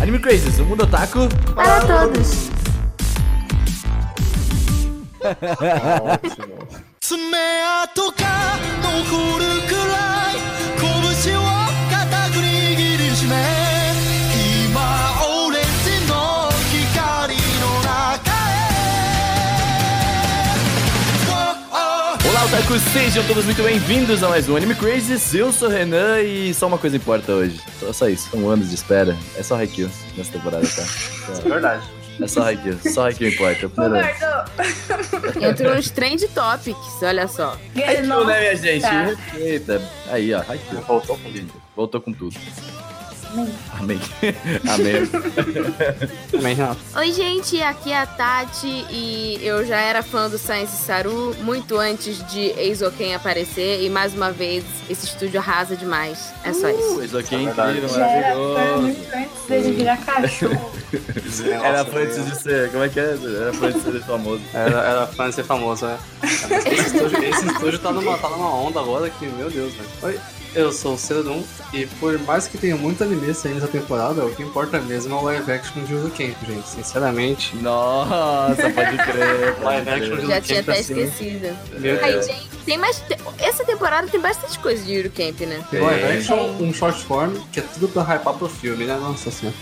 Anime Crazes, o mundo otaku. Para todos. Ótimo. 爪痕が残るくらい拳を固く握りしめ今オレンジの光の中へ Whoa, oh. Olá, otakus, sejam todos muito bem-vindos a mais um Anime Crazes. Eu sou o Renan e só uma coisa importa hoje. Só, só isso, são anos de espera. É só Haikyuu nessa temporada, tá? Verdade. É só Haikyuu, só Haikyuu importa. é Primeiro. Entrou uns trend topics, olha só. Haikyuu, né, minha gente? Eita. Aí, ó, Haikyuu. Voltou com ele. Voltou com tudo. Amém. Amém. Também, Renato. Oi, gente, aqui é a Tati e eu já era fã do Science Saru muito antes de Eizoken aparecer e mais uma vez esse estúdio arrasa demais. É só isso. Uh, isso aqui é É verdade. incrível, Já era fã maravilhoso. muito antes dele virar cachorro. Era Nossa, fã antes de ser. Como é que é? Era fã antes de ser famoso. Era, era fã de ser famoso, né? Esse estúdio, esse estúdio tá, numa, tá numa onda agora que, meu Deus, velho. Oi, eu sou o Serum e por mais que tenha muito anime saindo essa temporada, o que importa mesmo é o live action de Uso Camp, gente. Sinceramente. Nossa, pode crer. Pode Live action crer. de Já Uso tinha Camp até tá sendo. esquecido. Meu Aí, Deus. gente, tem mais. te- Essa temporada tem bastante coisa de Eurocamp, né? Tem live action, um short form, que é tudo pra hypar pro filme, né? Nossa senhora.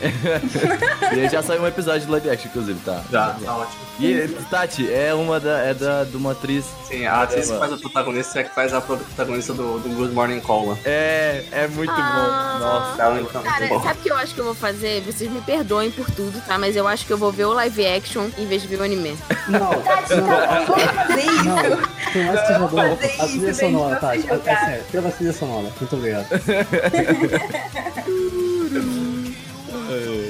E já saiu um episódio de live action, inclusive, tá? tá ótimo. E Tati é uma da, é da, de uma atriz. Sim, a atriz que Caramba. faz a protagonista é que faz a protagonista do, do Good Morning Call, né? É, é muito Ah. bom. Nossa. Ela então, Cara, bom. sabe o que eu acho que eu vou fazer? Vocês me perdoem por tudo, tá? Mas eu acho que eu vou ver o live action em vez de ver o anime. Não, Tati, tá bom, vamos fazer Não, isso. por mais que seja bom, fazer a isso, trilha bem, sonora, você tá? É jogar. sério, pela trilha sonora. Muito obrigado.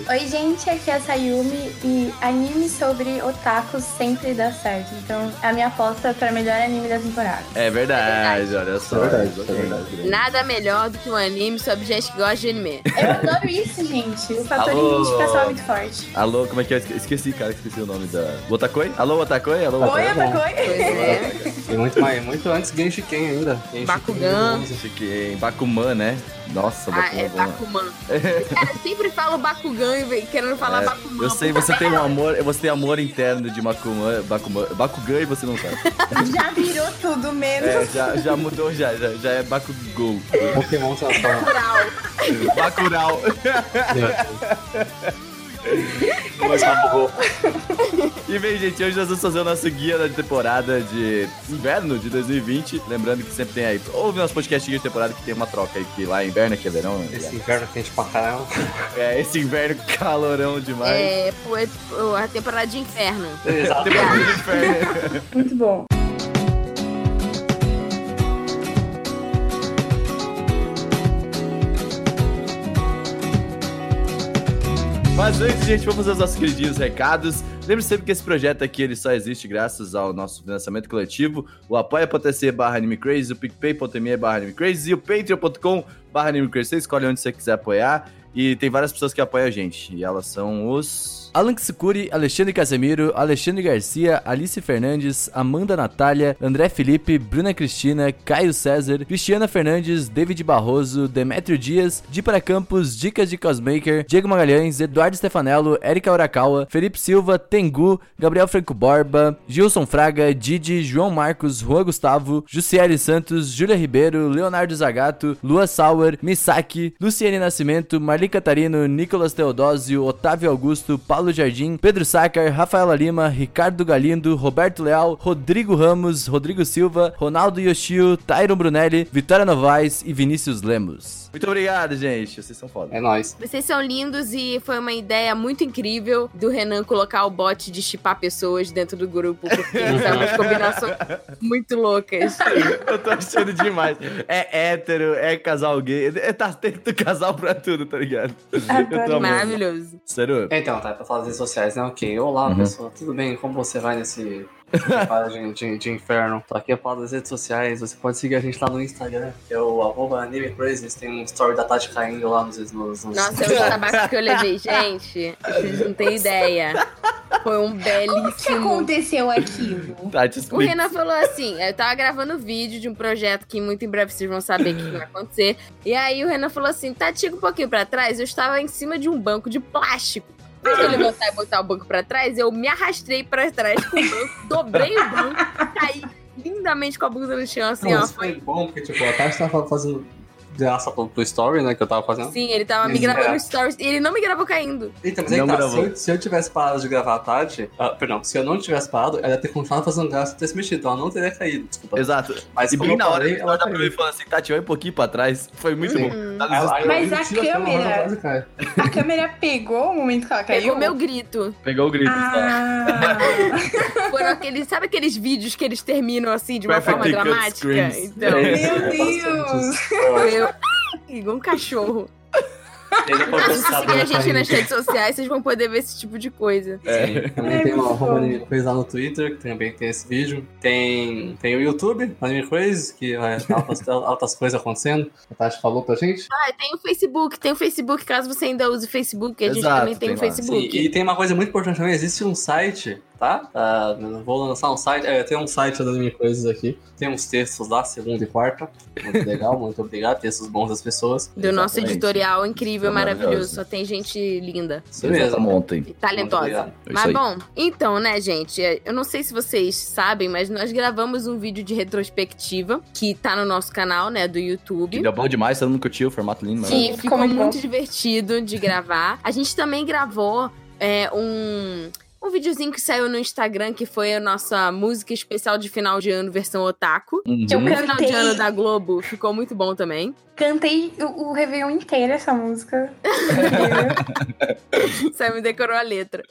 Oi, gente, aqui é a Sayumi e anime sobre otakus sempre dá certo. Então, é a minha aposta pra melhor anime da temporada. É verdade, olha só. É verdade, Ok. é verdade. Nada melhor do que um anime sobre gente que gosta de anime. Eu adoro isso, gente. O fator Alô. identificação é muito forte. Alô, como é que é? Esqueci, cara, esqueci o nome da. Otakoi? Alô, Otakoi? Alô, Oi, Otakoi? Otakoi. Pois é. E muito mais, muito antes Genshin Ken ainda. Genshin Ken Bakugan. 11. Achei que é em Bakuman, né? Nossa, Ah, é Bakuman. Bakuman. Cara, eu sempre falo Bakugan e vem querendo falar É, Bakuman. eu sei, você tem um amor, você tem amor interno de Bakuman, Bakuman, Bakugan e você não sabe. Já virou tudo menos. É, já, já mudou, já, já, já é Bakugou. Pokémon transforma. Plural. Bacurau. Mas Bakugou. é E bem, gente, hoje nós vamos fazer o nosso guia da temporada de inverno de 2020. Lembrando que sempre tem aí. Ouve nosso podcast guia de temporada que tem uma troca aí, que lá é inverno, que é verão. Esse inverno quente pra caramba. É, esse inverno calorão demais. É, pô, é, pô, a temporada de inferno. Exato. Temporada de inferno. Muito bom. Mas antes, gente, vamos fazer os nossos queridinhos recados. Lembre sempre que esse projeto aqui ele só existe graças ao nosso financiamento coletivo, o apoia.se barra animecrazy, o picpay.me barra animecrazy e o patreon.com barra animecrazy. Você escolhe onde você quiser apoiar. E tem várias pessoas que apoiam a gente. E elas são os... Alan Kisukuri, Alexandre Casemiro, Alexandre Garcia, Alice Fernandes, Amanda Natália, André Felipe, Bruna Cristina, Caio César, Cristiana Fernandes, David Barroso, Demetrio Dias, Di para Campos, Dicas de Cosmaker, Diego Magalhães, Eduardo Stefanello, Erika Urakawa, Felipe Silva, Tengu, Gabriel Franco Borba, Gilson Fraga, Didi, João Marcos, Juan Gustavo, Jussiele Santos, Júlia Ribeiro, Leonardo Zagato, Lua Sauer, Misaki, Luciene Nascimento, Marli Catarino, Nicolas Teodósio, Otávio Augusto, Paulo Jardim, Pedro Sácar, Rafaela Lima, Ricardo Galindo, Roberto Leal, Rodrigo Ramos, Rodrigo Silva, Ronaldo Yoshio, Tyron Brunelli, Vitória Novaes e Vinícius Lemos. Muito obrigado, gente. Vocês são foda. É nóis. Vocês são lindos e foi uma ideia muito incrível do Renan colocar o bot de chipar pessoas dentro do grupo, porque são umas combinações muito loucas. Eu tô achando demais. É hétero, é casal gay. É, tá tendo casal pra tudo, tá ligado? Eu tô amando. Maravilhoso. Sério? Então, tá, pra falar das redes sociais, né? Ok. Olá, Uhum. pessoal. Tudo bem? Como você vai nesse... preparo De, de, de inferno. Tô aqui a falar das redes sociais. Você pode seguir a gente lá no Instagram, que é o arroba animecrazes. Tem um story da Tati caindo lá nos. nos, nos... Nossa, é o tabaco que eu levei, gente. Vocês não têm ideia. Foi um belíssimo. O que aconteceu aquilo? Tati, É. O explica. Renan falou assim: eu tava gravando um vídeo de um projeto que muito em breve vocês vão saber o que vai acontecer. E aí o Renan falou assim: tá, chega um pouquinho pra trás, eu estava em cima de um banco de plástico. Em vez de eu levantar e botar o banco pra trás, eu me arrastei pra trás com o banco, dobrei o banco, caí lindamente com a blusa no chão, assim, Não, ó. isso foi bom, porque, tipo, a Tati tava fazendo graça pro, pro story, né, que eu tava fazendo. Sim, ele tava me Isso, gravando é. stories e ele não me gravou caindo. Eita, mas aí Não tá, se gravou. eu, se eu tivesse parado de gravar a Tati... ah, perdão, se eu não tivesse parado, ela ia ter continuado fazendo graça e ter se mexido, então ela não teria caído, desculpa. Exato. Mas E como bem eu na hora, falei, tá ela dá pra caiu. mim falando assim, Tati, olha um pouquinho pra trás. Foi muito bom. Tá Aí- desesperado. aí eu Mas vi, a tira câmera, câmera- vai lá e cai. A câmera pegou o momento que ela caiu? Pegou meu grito. Pegou o grito. tá? Ah, Foram aqueles. Sabe aqueles vídeos que eles terminam assim de uma Perfect forma cut dramática? screens. Então, É isso, meu é bastante Deus! isso. Eu acho. eu. Igual um cachorro. Ele é Caso vocês processador seguirem a gente caindo. nas redes sociais, vocês vão poder ver esse tipo de coisa. É. Também É, tem muito o bom. arroba Anime Craze lá no Twitter, que também tem esse vídeo. Tem, tem o YouTube, Anime Craze, que é, tá altas, altas coisas acontecendo. A Tati falou pra gente. Ah, tem o Facebook, tem o Facebook, caso você ainda use o Facebook, a gente Exato, também tem, tem o lá. Sim, Facebook. e tem uma coisa muito importante também, existe um site, tá? Ah, vou lançar um site, é, tem um site do Anime Craze aqui. Tem uns textos lá, segunda e quarta. Muito legal, muito obrigado. Textos bons das pessoas. Do nosso Exatamente. editorial incrível, É maravilhoso. maravilhoso. Só tem gente linda Isso mesmo. Ontem. e Muito talentosa. obrigado. É isso Mas aí. bom, então, né, gente? é, Eu não sei se vocês sabem, mas nós gravamos um vídeo de retrospectiva que tá no nosso canal, né, do YouTube. Que deu bom demais, todo mundo curtiu, formato lindo, Sim. maravilhoso. Sim, ficou ficou muito muito, bom. divertido de gravar. A gente também gravou é, um, um videozinho que saiu no Instagram, que foi a nossa música especial de final de ano, versão otaku. Uhum. Eu No final de cantei. ano da Globo, ficou muito bom também. Cantei o, o Réveillon inteiro essa música. Saiu me decorou a letra.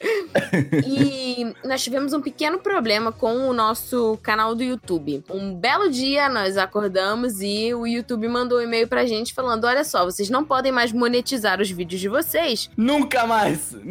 E nós tivemos um pequeno problema com o nosso canal do YouTube. Um belo dia nós acordamos e o YouTube mandou um e-mail pra gente falando: olha só, vocês não podem mais monetizar os vídeos de vocês, Nunca mais!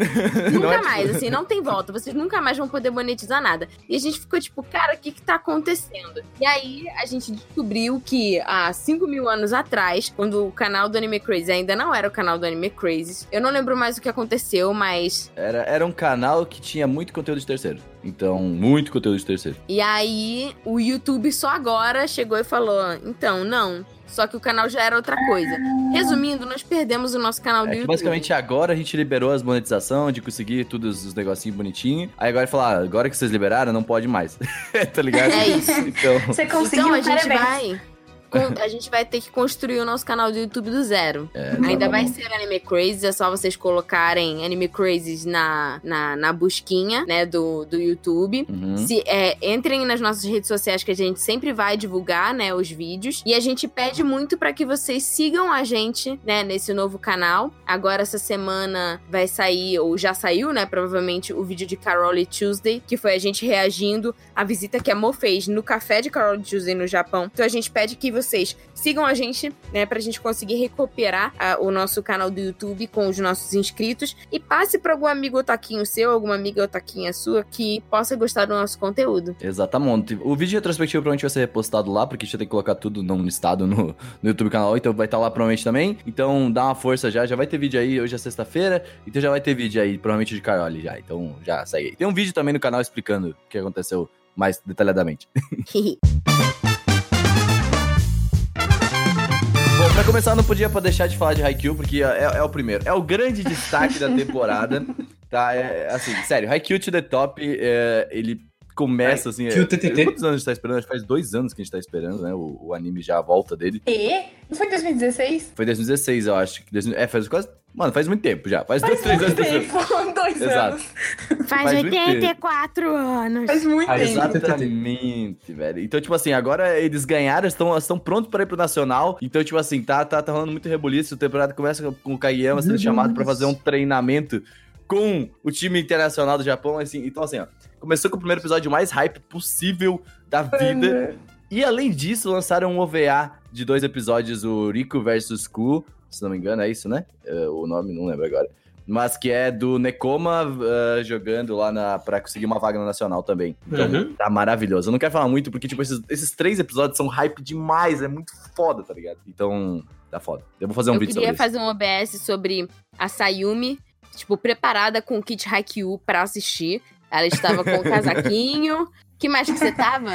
Não Nunca é- mais, assim, não tem volta. Vocês nunca mais vão poder monetizar nada. E a gente ficou tipo, cara, o que que tá acontecendo? E aí a gente descobriu que há 5 mil anos atrás, quando o canal do Anime Crazy ainda não era o canal do Anime Crazy, eu não lembro mais o que aconteceu, mas. Era, era um canal que tinha muito conteúdo de terceiro. Então, muito conteúdo de terceiro. E aí o YouTube só agora chegou e falou: então, não. Só que o canal já era outra coisa. Resumindo, nós perdemos o nosso canal do É que YouTube. basicamente agora a gente liberou as monetização de conseguir todos os negocinhos bonitinhos. Aí agora falar, ah, agora que vocês liberaram, não pode mais. tá ligado? É isso. Então, Você assim, conseguiu, Então a gente parabéns. vai. con- A gente vai ter que construir o nosso canal do YouTube do zero. é, Ainda tá vai bom. ser Anime Crazes, é só vocês colocarem Anime Crazes na, na, na busquinha, né, do, do YouTube. Uhum. Se, é, entrem nas nossas redes sociais que a gente sempre vai divulgar, né, os vídeos. E a gente pede muito pra que vocês sigam a gente, né, nesse novo canal. Agora essa semana vai sair, ou já saiu, né, provavelmente o vídeo de Carol e Tuesday, que foi a gente reagindo à visita que a Mo fez no café de Carol e Tuesday no Japão. Então a gente pede que vocês sigam a gente, né, pra gente conseguir recuperar ah, o nosso canal do YouTube com os nossos inscritos e passe pra algum amigo otaquinho seu, alguma amiga otaquinha sua que possa gostar do nosso conteúdo. Exatamente. O vídeo retrospectivo provavelmente vai ser repostado lá, porque a gente tem que colocar tudo num listado no, no YouTube canal, então vai estar lá provavelmente também. Então dá uma força já, já vai ter vídeo aí, hoje é sexta-feira, então já vai ter vídeo aí, provavelmente de Carole já. Então já segue aí. Tem um vídeo também no canal explicando o que aconteceu mais detalhadamente. Bom, pra começar, não podia pra deixar de falar de Haikyuu, porque é, é o primeiro. É o grande destaque da temporada, tá? É, assim, sério, Haikyuu to the top, é, ele começa assim... Haikyuu é- TTT. quantos anos a gente tá esperando? Acho que faz dois anos que a gente tá esperando, né? O, o anime já a volta dele. E? Não foi 2016? Foi 2016, eu acho. que 2000 É, faz quase... Mano, faz muito tempo já. Faz, dois, três anos. muito que eu- tempo. Dois Exato. anos. Faz Faz muito 84 anos. Faz muito Ah, tempo. exato. Exatamente, velho. Então, tipo assim, agora eles ganharam, estão, estão prontos pra ir pro Nacional. Então, tipo assim, tá, tá, tá rolando muito rebuliço. A temporada começa com o Kageyama sendo Meu chamado Deus. pra fazer um treinamento com o time internacional do Japão. Assim, então, assim, ó. Começou com o primeiro episódio mais hype possível da vida. E além disso, lançaram um OVA de dois episódios, o Rico vs. Ku, se não me engano, é isso, né? É, o nome, não lembro agora. Mas que é do Nekoma ah, jogando lá na, pra conseguir uma vaga no Nacional também. Então, Uhum. tá maravilhoso. Eu não quero falar muito, porque, tipo, esses, esses três episódios são hype demais, é muito foda, tá ligado? Então, tá foda. Eu vou fazer um Eu vídeo queria sobre isso. fazer um OBS sobre a Sayumi, tipo, preparada com o kit Haikyuu pra assistir. Ela estava com o casaquinho. Que mais que você tava?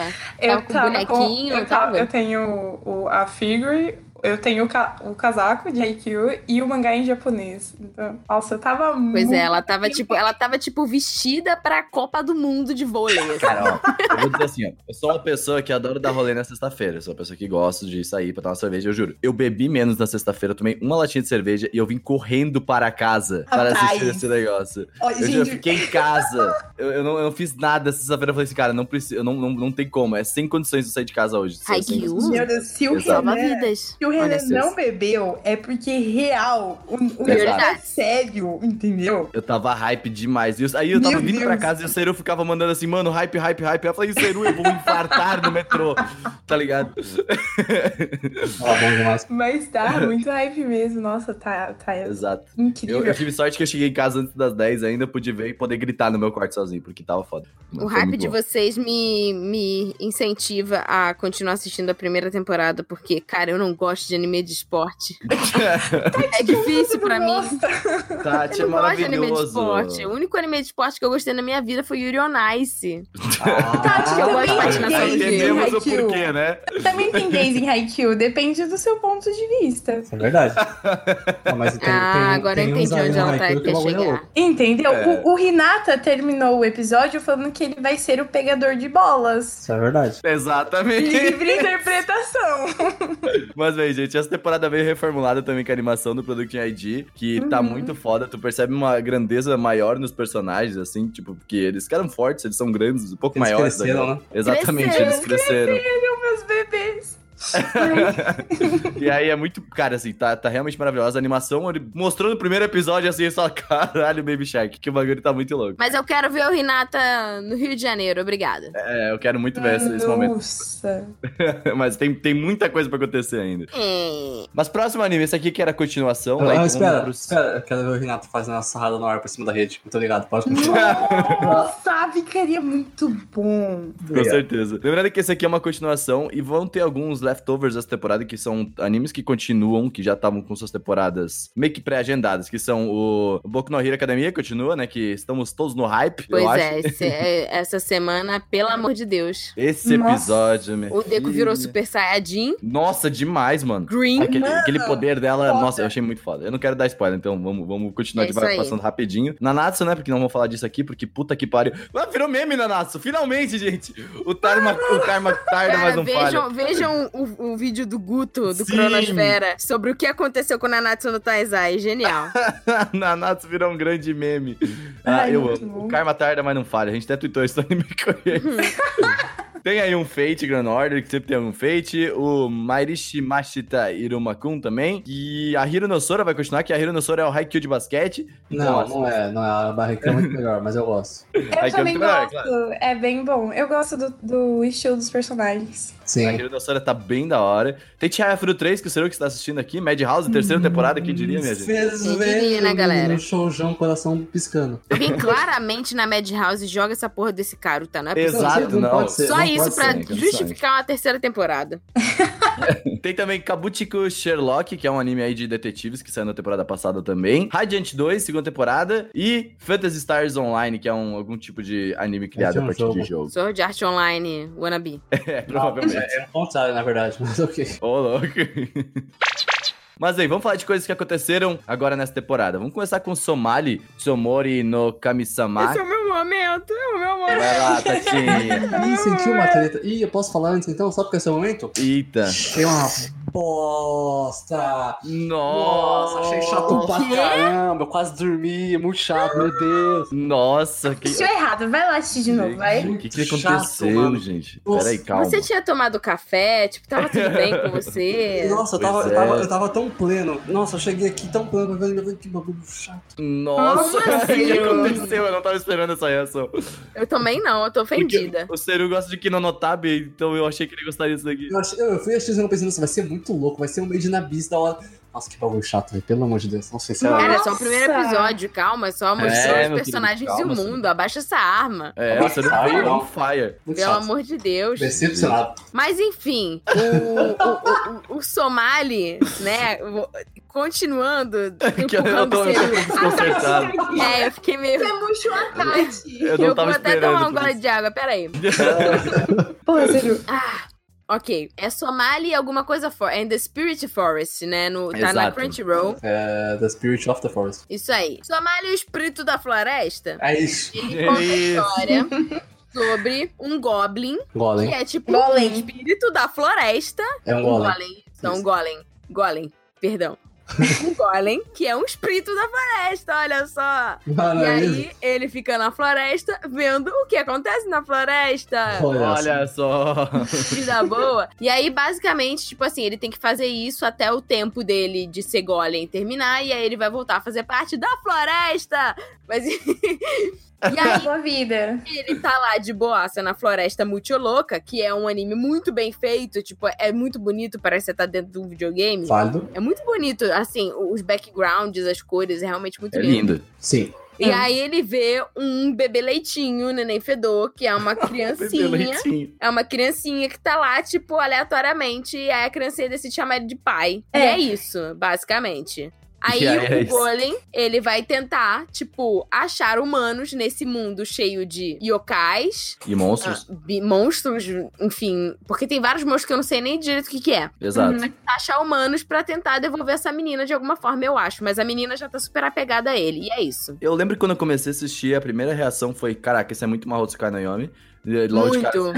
Tava Eu com bonequinho, eu, tava? eu tenho o, a figure, eu tenho o, ca- o casaco de Haikyuu e o mangá em japonês. Então, nossa, eu tava Pois muito... é, ela tava tipo, ela tava tipo vestida pra Copa do Mundo de vôlei. assim. Cara, ó, eu vou dizer assim, ó. Eu sou uma pessoa que adoro dar rolê na sexta-feira. Eu sou uma pessoa que gosta de sair pra tomar uma cerveja, eu juro. Eu bebi menos na sexta-feira, eu tomei uma latinha de cerveja e eu vim correndo para casa para Rapaz. assistir esse negócio. Ó, Eu já gente, fiquei em casa. Eu, eu não, eu não fiz nada sexta-feira. Eu falei assim, cara, não preciso, eu não, não, não tem como. É sem condições de eu sair de casa hoje. assim." Ai, Sem que condições. uso. meu Deus, né? se o Exato. Salva Renan, vidas. se o Renan Olha, não bebeu, é porque real, o, o negócio é Prioridades. sério, entendeu? Eu tava hype demais. E eu- aí eu Meu tava vindo pra Deus. casa e o Seru ficava mandando assim, mano, hype, hype, hype. Eu falei, Seru, eu vou me infartar no metrô. Tá ligado? Tá bom demais. Mas tá muito hype mesmo, nossa, tá, tá Exato. incrível. Eu, eu tive sorte que eu cheguei em casa antes das 10 ainda, pude ver e poder gritar no meu quarto sozinho, porque tava foda. O Foi hype muito de bom. vocês me, me incentiva a continuar assistindo a primeira temporada, porque, cara, eu não gosto de anime de esporte. é difícil pra mim. Tati é Eu não gosto de anime de maravilhoso. esporte. O único anime de esporte que eu gostei na minha vida foi Yuri on Ice. Ah, Tati, tá, eu gosto de patinação Já Ai, entendemos o Haikyuu. porquê, né? Também tem gays em Haikyuu, depende do seu ponto de vista. Isso é verdade. Ah, mas tem, Ah, tem- agora tem eu uns entendi aí onde no ela tá, Haikyuu que quer o bagulho é chegar. louco. Entendeu? É. O, o Hinata terminou o episódio falando que ele vai ser o pegador de bolas. Isso é verdade. Exatamente. Livre interpretação. Mas bem, gente, essa temporada veio reformulada também com a animação do Product ID, que tá Uhum. muito foda. Tu percebe uma grandeza maior nos personagens, assim, tipo, porque eles ficaram fortes, eles são grandes, um pouco Eles maiores. cresceram, agora. né? Exatamente, Cresceram, eles cresceram. Meus bebês. E aí é muito. Cara, assim, tá, tá realmente maravilhosa. A animação, ele mostrou no primeiro episódio, assim, só caralho, Baby Shark, que o bagulho tá muito louco. Mas eu quero ver o Renata no Rio de Janeiro, obrigada. É, eu quero muito ver esse, esse momento. Nossa. Mas tem, tem muita coisa pra acontecer ainda. É. Mas próximo anime, esse aqui que era a continuação. Ah, né? Então espera, vamos pro- espera, eu quero ver o Renato fazendo a sarrada no ar pra cima da rede. Muito obrigado, pode Uhum. continuar. Nossa, ficaria muito bom. Com Obrigado. certeza. Lembrando que esse aqui é uma continuação e vão ter alguns leftovers dessa temporada que são animes que continuam, que já estavam com suas temporadas meio que pré-agendadas, que são o Boku no Hero Academia, continua, né? Que estamos todos no hype, Pois eu é, acho. esse- é, essa semana, pelo amor de Deus. Esse Nossa. episódio, meu O Deco filho. virou Super Saiyajin. Nossa, demais, mano. Green. Aquele, aquele poder dela, foda. nossa, eu achei muito foda. Eu não quero dar spoiler, então vamos, vamos continuar É de isso vai aí. passando rapidinho. Nanatsu, né? Porque não vamos falar disso aqui, porque puta que pariu. Ah, virou meme, Nanatsu. Finalmente, gente. O Tarma, o Tarma tarda, Cara, mas não um vejam, falha. vejam o, o vídeo do Guto, do Sim. Cronosfera, sobre o que aconteceu com Nanatsu no Taizai. Genial. Nanatsu virou um grande meme. Ah, Ai, eu muito amo. bom. O Karma tarda, mas não falha. A gente até tweetou isso no anime Correio. Uhum. Tem aí um Fate Grand Order, que sempre tem um Fate. O Mairishi Mashita Irumakun também. E a Hiro Nosora vai continuar, que a Hiro Nosora é o Haikyuu de basquete. Não, assim, não é, não é. A barrica é muito melhor, mas eu gosto. Eu Aí que também eu- é, gosto. É bem bom. Eu gosto do, do estilo dos personagens. A Sim. Hero da Sora tá bem da hora. Tem Tia Afro 3, que o Seru que está assistindo aqui, Madhouse, Uhum. terceira temporada, quem diria, minha gente? Fez Quem ver diria, né, galera? No showjão, coração piscando. Alguém claramente na Madhouse joga essa porra desse cara, tá? Não é possível. Exato, Não não. pode ser. Só não isso pode pra ser, né, cara? justificar uma terceira temporada. Tem também Kabukicho Sherlock, que é um anime aí de detetives que saiu na temporada passada também. Radiant 2, segunda temporada. E Phantasy Stars Online, que é um, algum tipo de anime criado é a um partir de jogo. Sou de arte online, wannabe. É, Provavelmente. provavelmente. É o contrário, na verdade, mas ok. Ô, louco. Mas aí, vamos falar de coisas que aconteceram agora nessa temporada. Vamos começar com Somali, Somori no Kamisama. Esse é o meu momento, é o meu momento. Vai lá, Tatinha. Ih, senti uma treta. Ih, eu posso falar antes então? Só porque esse é o momento? Eita. Tem uma bosta! Nossa, achei chato pra Quê? caramba, eu quase dormi, é muito chato, meu Deus. Nossa, que. Isso é errado, vai lá assistir de novo, vai. O que, que Chato, aconteceu, mano. gente? Nossa. Peraí, calma. Você tinha tomado café, tipo, tava tudo bem com você. Nossa, eu Pois tava, eu, é. tava, eu tava tão pleno. Nossa, eu cheguei aqui tão pleno, eu falei, que bagulho chato. Nossa, Como o que assim? aconteceu? Eu não tava esperando essa reação. Eu também não, eu tô ofendida. O Seru gosta de Kinonotabe, então eu achei que ele gostaria disso daqui. Eu, achei, eu fui assistir e pensei, nossa, vai ser muito louco, vai ser um meio de nabis da hora. Nossa, que bagulho chato, velho, pelo amor de Deus. Nossa, esse é Cara, o é só o primeiro Nossa! episódio, calma, só É, mostrou meu os querido, personagens e o calma, mundo. Abaixa essa arma. É, o Seru Calma, veio não. on fire. muito Pelo chato. amor de Deus. Decepcionado. Mas enfim, o, o, o, o- o Somali, né? o- continuando. que eu, eu tô, eu tô Ah, desconcertado. É, eu fiquei meio. Você murchou a Tati. Eu não eu tava vou até tomar um esperando. por gole de água, peraí. Pô, Ciro, Ah, ok. É Somali e alguma coisa fora. É in the Spirit Forest, né? No, tá na Exato. Crunchyroll. É, The Spirit of the Forest. Isso aí. Somali e o Espírito da Floresta. É isso. Ele conta a Isso. história sobre um goblin, que Golem. é tipo Golem. um espírito da floresta. É um Um golem. golem. Não, um golem. Golem, perdão. um golem, que é um espírito da floresta, olha só. Ah, E Maravilha. aí, ele fica na floresta, vendo o que acontece na floresta. Olha, Olha só. Vida boa. E aí, basicamente, tipo assim, ele tem que fazer isso até o tempo dele de ser golem terminar. E aí, ele vai voltar a fazer parte da floresta. Mas. e aí, Boa vida. ele tá lá de boaça na Floresta Multioloca, que é um anime muito bem feito. Tipo, é muito bonito, parece que você tá dentro de um videogame. Válido? É muito bonito, assim, os backgrounds, as cores, é realmente muito É lindo. lindo. Sim. E aí ele vê um bebê leitinho, neném fedor, que é uma criancinha. Leitinho. é uma criancinha que tá lá, tipo, aleatoriamente, e aí a criancinha decide chamar ele de pai. É. E é isso, basicamente. Aí E aí é o isso. Golem, ele vai tentar, tipo, achar humanos nesse mundo cheio de yokais, E monstros. Ah, bi- monstros, enfim. Porque tem vários monstros que eu não sei nem direito o que que é. Exato. Uhum. Achar humanos pra tentar devolver essa menina de alguma forma, eu acho. Mas a menina já tá super apegada a ele, e é isso. Eu lembro que quando eu comecei a assistir, a primeira reação foi: caraca, isso é muito Mahotsukai no Yomi. E Logo de cara, Muito.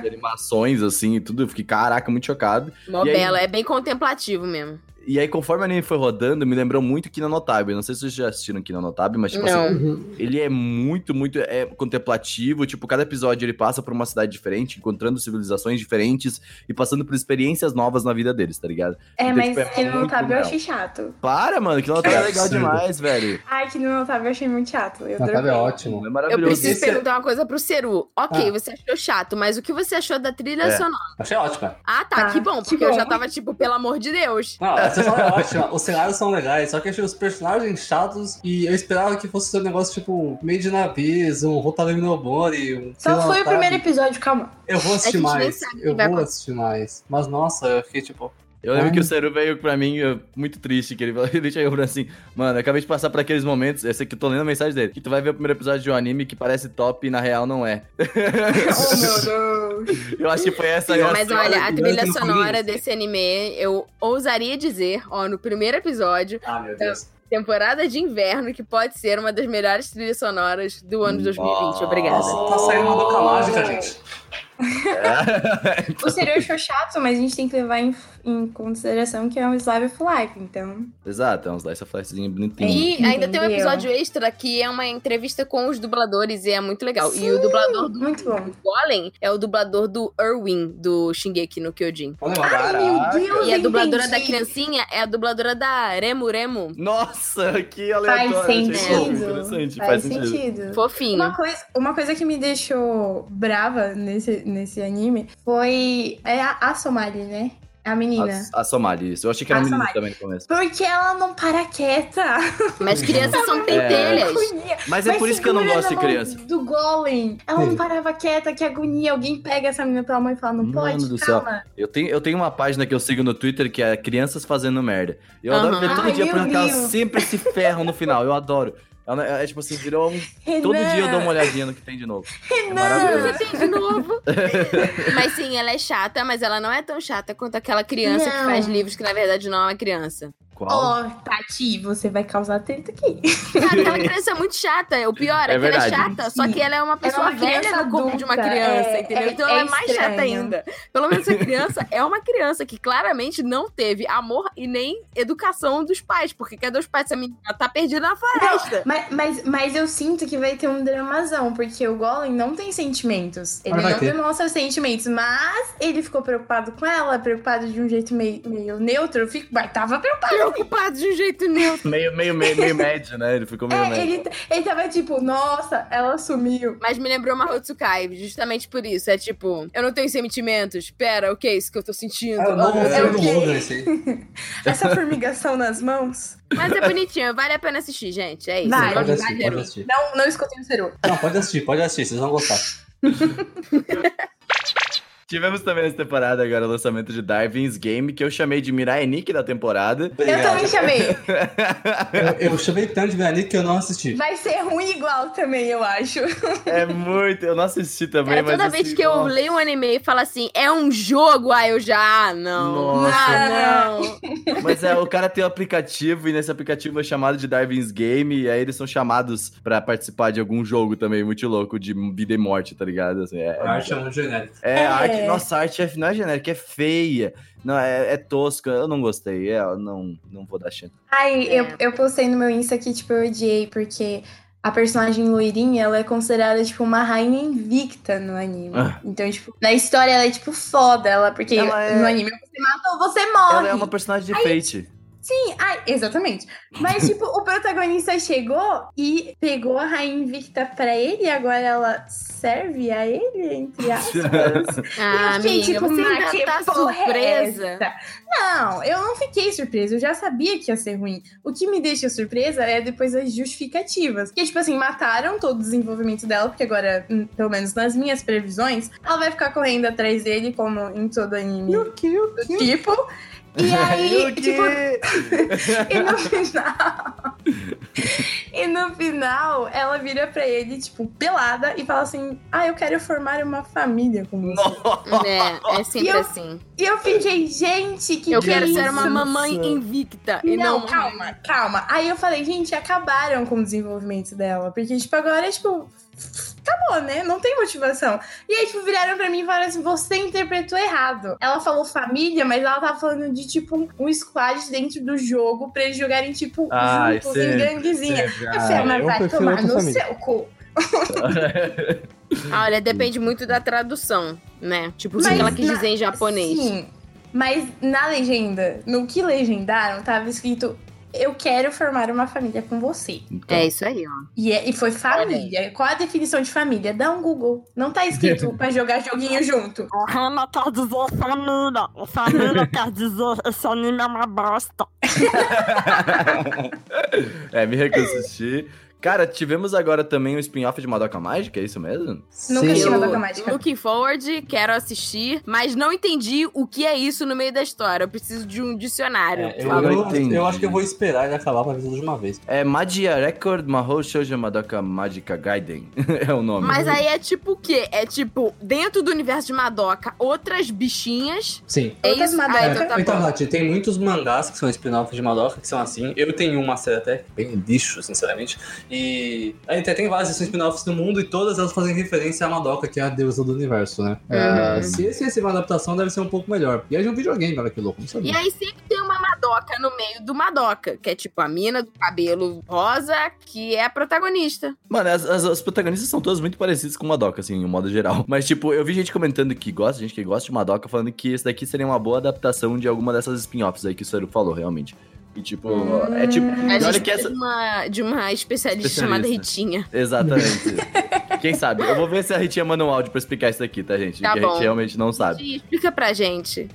de animações, assim, e tudo. Eu fiquei, caraca, muito chocado. Mó E aí- bela, é bem contemplativo mesmo. E aí, conforme o anime foi rodando, me lembrou muito Kinonotab. Não sei se vocês já assistiram Kinonotab, mas, tipo Não. Uhum. assim, ele é muito, muito é, contemplativo. Tipo, cada episódio ele passa por uma cidade diferente, encontrando civilizações diferentes e passando por experiências novas na vida deles, tá ligado? É, Então, mas tipo, é que não muito sabe eu legal. achei chato. Para, mano, Kinonotab é legal Absurdo. demais, velho. Ai, que não sabe eu achei muito chato. Eu Natal dropei. é ótimo. É Eu maravilhoso. preciso esse é- perguntar uma coisa pro Ceru. Ok, Ah. você achou chato, mas o que você achou da trilha É. sonora? Achei ótima. Ah, tá, Ah, que bom, que porque eu bom. já tava tipo, pelo amor de Deus. Não, a sessão é ótima, os cenários são legais, só que achei os personagens chatos e eu esperava que fosse um negócio tipo meio de navios, um Rotarame no Bori, um. sei Só lá, Então foi o sabe? primeiro episódio, calma. Eu vou A gente assistir nem mais. sabe o que Eu vai vou acontecer. assistir mais. Mas nossa, eu fiquei tipo. Eu lembro Ah. que o Seru veio pra mim eu, muito triste, que ele, falou- ele chegou pra mim assim, mano, eu acabei de passar por aqueles momentos, eu sei que eu tô lendo a mensagem dele, que tu vai ver o primeiro episódio de um anime que parece top e na real não é. Oh, meu Deus. Eu acho que foi essa é a Mas reação. olha, a eu trilha não fui sonora ninguém. desse anime, eu ousaria dizer, ó, no primeiro episódio, Ah, meu Deus. Tá temporada de inverno, que pode ser uma das melhores trilhas sonoras do ano de 2020. Obrigada. Nossa, tá saindo uma boca mágica, gente. O Ciro achou chato, mas a gente tem que levar em, em consideração que é um Slave of Life, então. Exato, é uns slice of lifezinho bonitinho. E ainda tem um Entendeu? episódio extra que é uma entrevista com os dubladores e é muito legal. E o dublador do Muito bom. Golem é o dublador do Erwin, do Shingeki no Kyojin. Olha lá. Caraca. E a dubladora da criancinha é a dubladora da Remu Remu. Nossa, que aleatório. achei sentido. fofo, Interessante, faz, Faz sentido. sentido. Fofinho. Uma coisa, uma coisa que me deixou brava nesse, nesse anime foi é a, a Somali, né? A menina. A, a Somali, isso. Eu achei que era A um menino Somali. também no começo. Porque ela não para quieta. Mas crianças É. são Que pentelhas. agonia. Mas é Mas por isso que eu não segura gosto de na mão criança. Do Golem. Ela não Sim. parava quieta, que agonia. Alguém pega essa menina pela mão e fala, não Mano pode, do céu. calma. Eu tenho, eu tenho uma página que eu sigo no Twitter que é Crianças Fazendo Merda. Eu Aham. adoro ver todo Ai, dia, meu porque elas Deus. sempre se ferram no final. Eu adoro. Ela- É, tipo assim, virou um Todo Renan, dia eu dou uma olhadinha no que tem de novo. É Você maravilhoso. tem de novo. mas sim, ela é chata, mas ela não é tão chata quanto aquela criança que Não. faz livros que na verdade não é uma criança. Qual? Ó, Tati, você vai causar treta aqui. Cara, aquela criança é muito chata. O pior é, É que ela é verdade. chata, só que ela é uma pessoa uma velha criança no corpo de uma adulta, criança, é- entendeu? é- então ela é, é mais estranho. chata ainda. Pelo menos essa criança é uma criança que claramente não teve amor e nem educação dos pais, porque cadê os pais? Essa menina tá perdida na floresta. Mas, mas, mas eu sinto que vai ter um dramazão, porque o Golem não tem sentimentos. Ele Mas vai não ter. demonstra sentimentos, mas ele ficou preocupado com ela, preocupado de um jeito meio, meio neutro. Eu Fico, mas tava preocupado. Preocupado de um jeito neutro. Meio, meio, meio, meio médio, né? Ele ficou meio É, médio. ele, ele tava tipo, nossa, ela sumiu. Mas me lembrou Mahotsukai, justamente por isso. É tipo, eu não tenho sentimentos. Pera, o que é isso que eu tô sentindo? É o novo Ah, filme do ok. Logan, esse aí. Essa formigação nas mãos. Mas é bonitinho, vale a pena assistir, gente. É isso. Vale. Agora Pode vai, assistir, pode Heru. assistir. Não, não escutei o Ceru. Não, pode assistir, pode assistir, vocês vão gostar. Tivemos também essa temporada agora o lançamento de Darwin's Game, que eu chamei de Mirai Nick da temporada. Eu também chamei. Eu, eu chamei tanto de Veranique que eu não assisti. Vai ser ruim igual também, eu acho. É muito. Eu não assisti também, Cara, mas. toda vez assim, que eu nossa. leio um anime e falo assim, é um jogo, ah, eu já. Ah, não. Nossa. Ah, não. Mas é, o cara tem um aplicativo e nesse aplicativo é chamado de Darwin's Game e aí eles são chamados pra participar de algum jogo também muito louco de vida e morte, tá ligado? Assim, é, A arte é muito genérica. é, a arte, nossa, a arte é, não é genérica, é feia. Não, é, é tosca, eu não gostei, é, eu não, não vou dar chance. Ai, É. eu, eu postei no meu Insta que, tipo, eu odiei, porque a personagem loirinha, ela é considerada, tipo, uma rainha invicta no anime. Ah. Então, tipo, na história ela é, tipo, foda, ela, porque Ela é- no anime você mata ou você morre. Ela é uma personagem de Fate. Sim, ai, exatamente. Mas, tipo, o protagonista chegou e pegou a rainha invicta pra ele, e agora ela serve a ele, entre aspas. Ah, eu fiquei, amiga, tipo, você "Mas ainda que tá porra é surpresa. essa?" Não, eu não fiquei surpresa, eu já sabia que ia ser ruim. O que me deixa surpresa é depois as justificativas. Porque, tipo assim, mataram todo o desenvolvimento dela, porque agora, hum, pelo menos nas minhas previsões, ela vai ficar correndo atrás dele, como em todo anime do tipo. E aí, Yuki! tipo, e no final. e no final, ela vira pra ele, tipo, pelada e fala assim: Ah, eu quero formar uma família com você. É, é sempre E eu- assim. E eu fiquei, gente, que Eu que quero é ser isso? uma mamãe invicta. e Não, não um calma, calma. Aí eu falei, gente, acabaram com o desenvolvimento dela. Porque, tipo, agora, tipo, acabou, né? Não tem motivação. E aí, tipo, viraram pra mim e falaram assim: você interpretou errado. Ela falou família, mas ela tava falando de, tipo, um squad dentro do jogo pra eles jogarem, tipo, Ah, Ai, juntos, em sempre, ganguezinha. é Eu Cara, falei, mas eu vai prefiro tomar outra no família. seu cu. Ah, Olha, depende muito da tradução, né? Tipo, o que Mas ela quis na- dizer em japonês. Sim. Mas na legenda, no que legendaram, tava escrito: Eu quero formar uma família com você. então, É isso aí, ó. E, é- e foi família. Qual a definição de família? Dá um Google. Não tá escrito pra jogar joguinho junto. A Hannah quer dizer família. O Família quer dizer esse anime é uma bosta. é, me recuso a assistir. Cara, tivemos agora também um spin-off de Madoka Mágica, é isso mesmo? Nunca Sim, tinha eu- Madoka Mágica. looking forward, quero assistir, mas não entendi o que é isso no meio da história. Eu preciso de um dicionário. É, por favor. não eu, eu, entendi. eu acho que eu vou esperar ele acabar pra ver tudo de uma vez. É Magia Record Mahou Shoujo Madoka Magica Gaiden. é o nome. Mas aí é tipo o quê? É tipo, dentro do universo de Madoka, outras bichinhas. Sim. É Outras isso? Ah, Madoka. então tá então, bom. Nath, tem muitos mangás que são spin-off de Madoka que são assim. Eu tenho uma série até é bem lixo, sinceramente. E até tem várias que são spin-offs no mundo e todas elas fazem referência a Madoka, que é a deusa do universo, né? Uhum. É, se esse esse é uma adaptação, deve ser um pouco melhor. E é de um videogame, olha que louco, não E sabia. aí sempre tem uma Madoka no meio do Madoka, que é tipo a mina do cabelo rosa, que é a protagonista. Mano, as, as- as protagonistas são todas muito parecidas com Madoka, assim, em modo geral. Mas, tipo, eu vi gente comentando que gosta, gente que gosta de Madoka, falando que isso daqui seria uma boa adaptação de alguma dessas spin-offs aí que o Saru falou, realmente. E, tipo, é tipo. Hum, A E olha gente que precisa essa. de uma, de uma especialista, Especialista. chamada Ritinha. Exatamente. Quem sabe? Eu vou ver se a Ritinha manda um áudio pra explicar isso daqui, tá, gente? Tá Porque a bom. gente realmente não sabe. Ritinha, Explica pra gente.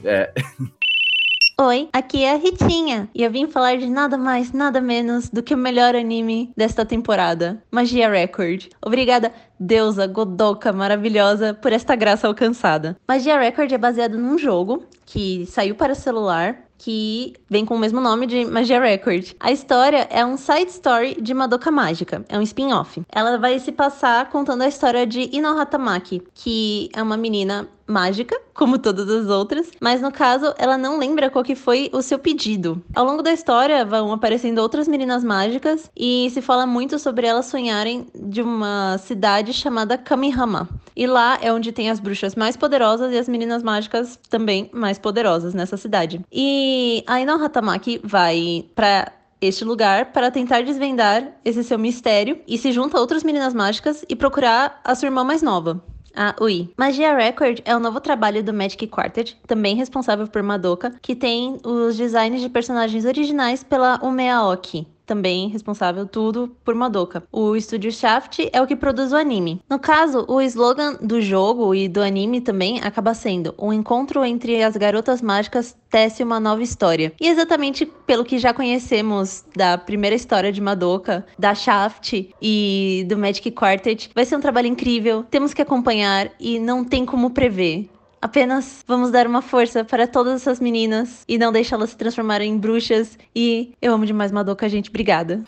Oi, aqui é a Ritinha e eu vim falar de nada mais, nada menos do que o melhor anime desta temporada, Magia Record. Obrigada, deusa Godoka maravilhosa, por esta graça alcançada. Magia Record é baseado num jogo que saiu para celular. Que vem com o mesmo nome de Magia Record. A história é um side story de Madoka Mágica, é um spin-off. Ela vai se passar contando a história de Inohatamaki, que é uma menina mágica, como todas as outras, mas no caso ela não lembra qual que foi o seu pedido. Ao longo da história vão aparecendo outras meninas mágicas e se fala muito sobre elas sonharem de uma cidade chamada Kamihama. E lá é onde tem as bruxas mais poderosas e as meninas mágicas também mais poderosas nessa cidade. E a Ino Hatamaki vai pra este lugar para tentar desvendar esse seu mistério e se junta a outras meninas mágicas e procurar a sua irmã mais nova. Ah, ui. Magia Record é o novo trabalho do Magic Quartet, também responsável por Madoka, que tem os designs de personagens originais pela Umeaoki, também responsável tudo por Madoka. O estúdio Shaft é o que produz o anime. No caso, o slogan do jogo e do anime também acaba sendo: "Um encontro entre as garotas mágicas tece uma nova história". E exatamente pelo que já conhecemos da primeira história de Madoka, da Shaft e do Magic Quartet, vai ser um trabalho incrível. Temos que acompanhar e não tem como prever. Apenas vamos dar uma força para todas essas meninas e não deixá-las se transformarem em bruxas. E eu amo demais Madoka, gente. Obrigada.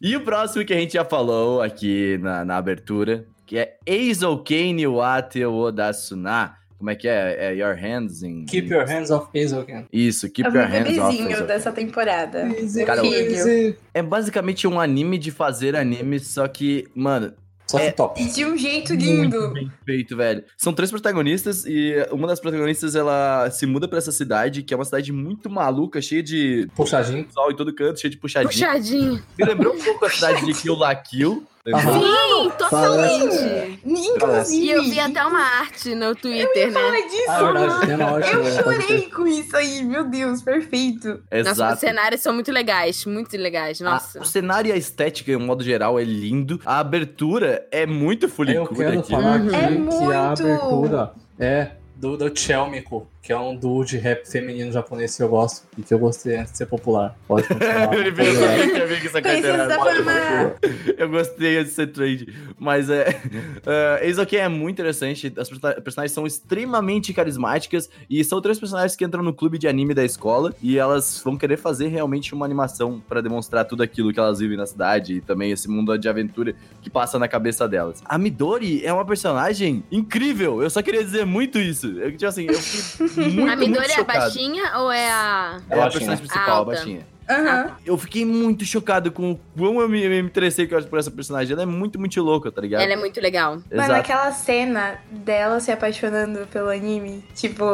E o próximo que a gente já falou aqui na, na abertura, que é Eizou Kane Wate Odasuna. Como é que é? É Your Hands in... Keep your hands off Hazelkin. Isso, Keep É o Your meu Hands Off. Eizou bebezinho dessa temporada. Cara, Filho. É basicamente um anime de fazer anime, só que, mano, Só É. que top. De um jeito lindo. bem feito, velho. São três protagonistas e uma das protagonistas ela se muda pra essa cidade, que é uma cidade muito maluca, cheia de Puxadinho. sol em todo canto, cheia de puxadinha. Puxadinho. Me lembrou um pouco a cidade de Kill La Kill. lembrou? Aham. Sim, totalmente. Inclusive. E eu vi até uma arte no Twitter, né? Fala disso. Ah, é verdade, tem uma ótima. Eu né? Pode ter. chorei com isso aí, meu Deus, perfeito. Nossa, é os Exato. Ah, cenários são muito legais, muito legais. Nossa. A- o cenário e a estética, em modo geral, é lindo. A abertura é muito Eu fulicuda quero aqui. falar aqui É que a muito. abertura é do, do Chelmico, que é um duo de rap feminino japonês que eu gosto e que eu gostei antes de ser popular. Pode continuar. é. Ele veio Pode aqui, eu vi que essa carteira Princesa era da boa. Panamá. Eu gostei desse trade. Mas é. Uh, isso aqui é muito interessante. As persona- personagens são extremamente carismáticas. E são três personagens que entram no clube de anime da escola. E elas vão querer fazer realmente uma animação pra demonstrar tudo aquilo que elas vivem na cidade. E também esse mundo de aventura que passa na cabeça delas. A Midori é uma personagem incrível. Eu só queria dizer muito isso. Eu, tipo assim, eu fui muito, a Midori muito é a chocado. baixinha ou é a. Ela é a Baixinha. personagem principal, a Alta. baixinha. Aham. Eu fiquei muito chocado com o quão eu me, me interessei por essa personagem. Ela é muito, muito louca, tá ligado? Ela é muito legal. Mano, Exato. aquela cena dela se apaixonando pelo anime. Tipo,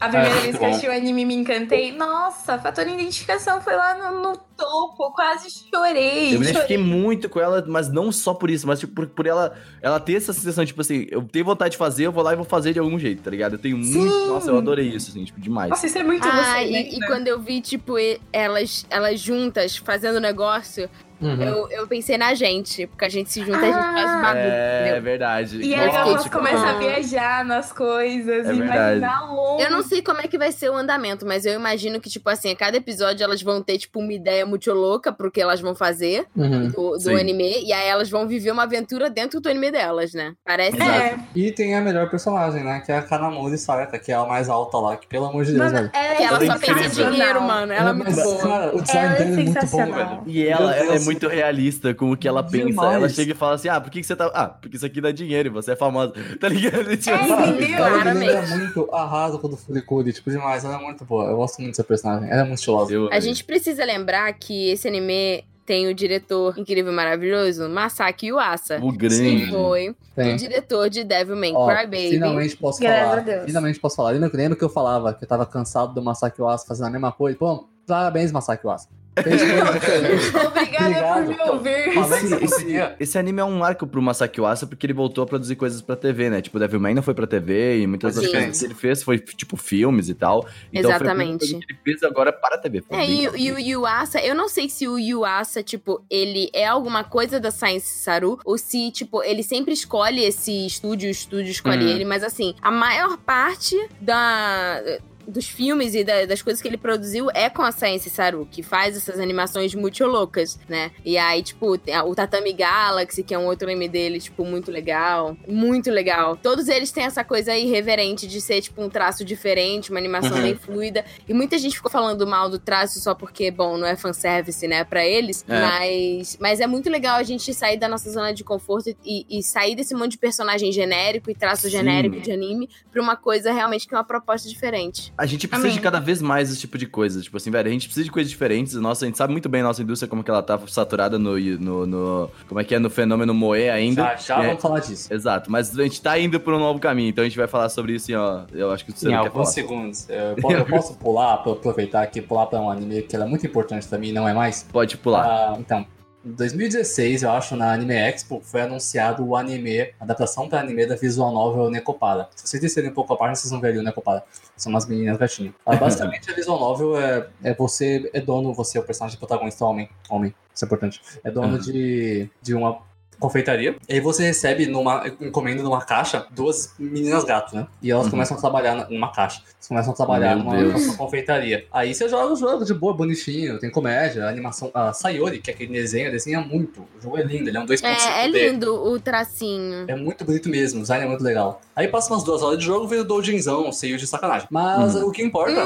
a primeira Ah, vez que bom. eu achei o anime me encantei. Nossa, fator de identificação foi lá no, no topo, quase Eu chorei. me chorei. identifiquei muito com ela, mas não só por isso, mas tipo, por, por ela, ela ter essa sensação, tipo assim, eu tenho vontade de fazer, eu vou lá e vou fazer de algum jeito, tá ligado? Eu tenho muito. Sim. Nossa, eu adorei isso, assim, tipo, demais. Nossa, isso é muito Ah, você, né? e, e quando eu vi, tipo, e- elas, elas juntas fazendo negócio, Uhum. eu, eu pensei na gente. Porque a gente se junta, a Ah. gente faz bagulho. é entendeu? verdade. E Nossa, aí elas tipo, começam ah. a viajar nas coisas É e verdade. imaginar longe. Eu não sei como é que vai ser o andamento, mas eu imagino que, tipo assim, a cada episódio elas vão ter, tipo, uma ideia muito louca pro que elas vão fazer Uhum. do, Sim. do anime. E aí elas vão viver uma aventura dentro do anime delas, né? Parece. Exato. É, E tem a melhor personagem, né? Que é a Kanamori Sayaka, que é a mais alta lá, que pelo amor de Deus, mano, velho. ela é Que ela só Incrível. pensa em dinheiro, mano. Ela é muito Mas, boa. Cara, o design Ela é dela é, muito bom, sensacional. velho. E ela, Meu ela é Deus. muito realista com o que ela pensa. Demais. Ela chega e fala assim: Ah, por que, que você tá. Ah, porque isso aqui dá dinheiro e você é famosa. Tá ligado? Tipo, É, sabe? entendeu? Ela me claramente. lembra é muito arrasa quando Furikuri, tipo, demais. Ela é muito boa. Eu gosto muito dessa personagem. Ela é muito estilosa. Eu- A gente precisa lembrar que esse anime tem o diretor incrível e maravilhoso, Masaki Yuasa. O Que grande. foi Tem. o diretor de Devilman Ó, Crybaby. Finalmente posso Graças falar. a Deus. Finalmente posso falar. Lembra, lembra que eu falava que eu tava cansado do Masaki Uasa fazendo a mesma coisa? Pô, parabéns, Masaki Uasa. Fez coisa diferente. Obrigada Obrigado. por me ouvir. Falei é que Esse, você conseguia. esse- esse anime é um marco pro Masaki Uasa porque ele voltou a produzir coisas pra TV, né? Tipo, Devilman não foi pra TV e muitas das Sim. coisas que ele fez foi, tipo, filmes e tal. Então, Exatamente. Foi muita coisa que ele fez agora para a TV. Foi É, bem e, o- legal. e o Yuasa, eu não sei se o Yuasa, tipo, ele é alguma coisa da Science Saru, ou se, tipo, ele sempre escolhe esse estúdio, o estúdio escolhe Hum. ele, mas assim, a maior parte da. Dos filmes e da- das coisas que ele produziu é com a Science Saru, que faz essas animações muito loucas, né? E aí, tipo, tem a- o Tatami Galaxy, que é um outro anime dele, tipo, muito legal. Muito legal. Todos eles têm essa coisa irreverente de ser, tipo, um traço diferente, uma animação Uhum. bem fluida. E muita gente ficou falando mal do traço só porque, bom, não é fanservice, né, pra eles. É. Mas, mas é muito legal a gente sair da nossa zona de conforto e, e sair desse monte de personagem genérico e traço Sim. genérico de anime pra uma coisa realmente que é uma proposta diferente. A gente precisa de cada vez mais esse tipo de coisa. Tipo assim, velho, a gente precisa de coisas diferentes. Nossa, a gente sabe muito bem a nossa indústria, como que ela tá saturada no. no, no- como é que é? No fenômeno Moe ainda. Já, já É. vamos falar disso. Exato, mas a gente tá indo por um novo caminho, então a gente vai falar sobre isso em, ó, eu acho que você Em não quer falar. alguns segundos. Eu po- eu posso pular, pra aproveitar aqui, pular pra um anime que ela é muito importante pra mim, não é mais? Pode pular. Ah, então, em 2016, eu acho, na Anime Expo, foi anunciado o anime, a adaptação para anime da visual novel Necopara. Se vocês descerem um pouco a página, vocês vão ver ali o Necopara. São umas meninas gatinhas. Ah, basicamente, a visual novel é, é você, é dono, você é o personagem protagonista homem. Homem, isso é importante. É dono Uhum. de, de uma confeitaria. E aí você recebe numa encomenda numa caixa duas meninas gato, né? E elas começam a trabalhar na- numa caixa. Elas começam a trabalhar Uhum. Meu numa, Deus. numa sua confeitaria. Aí você joga o jogo de boa, bonitinho, tem comédia, animação. A Sayori, que é aquele desenho, desenha muito. O jogo é lindo, ele é um 2.5D. É, é lindo o tracinho. É muito bonito mesmo, o design é muito legal. Aí passa umas duas horas de jogo, vem o doujinzão, seio de sacanagem. Mas o que importa,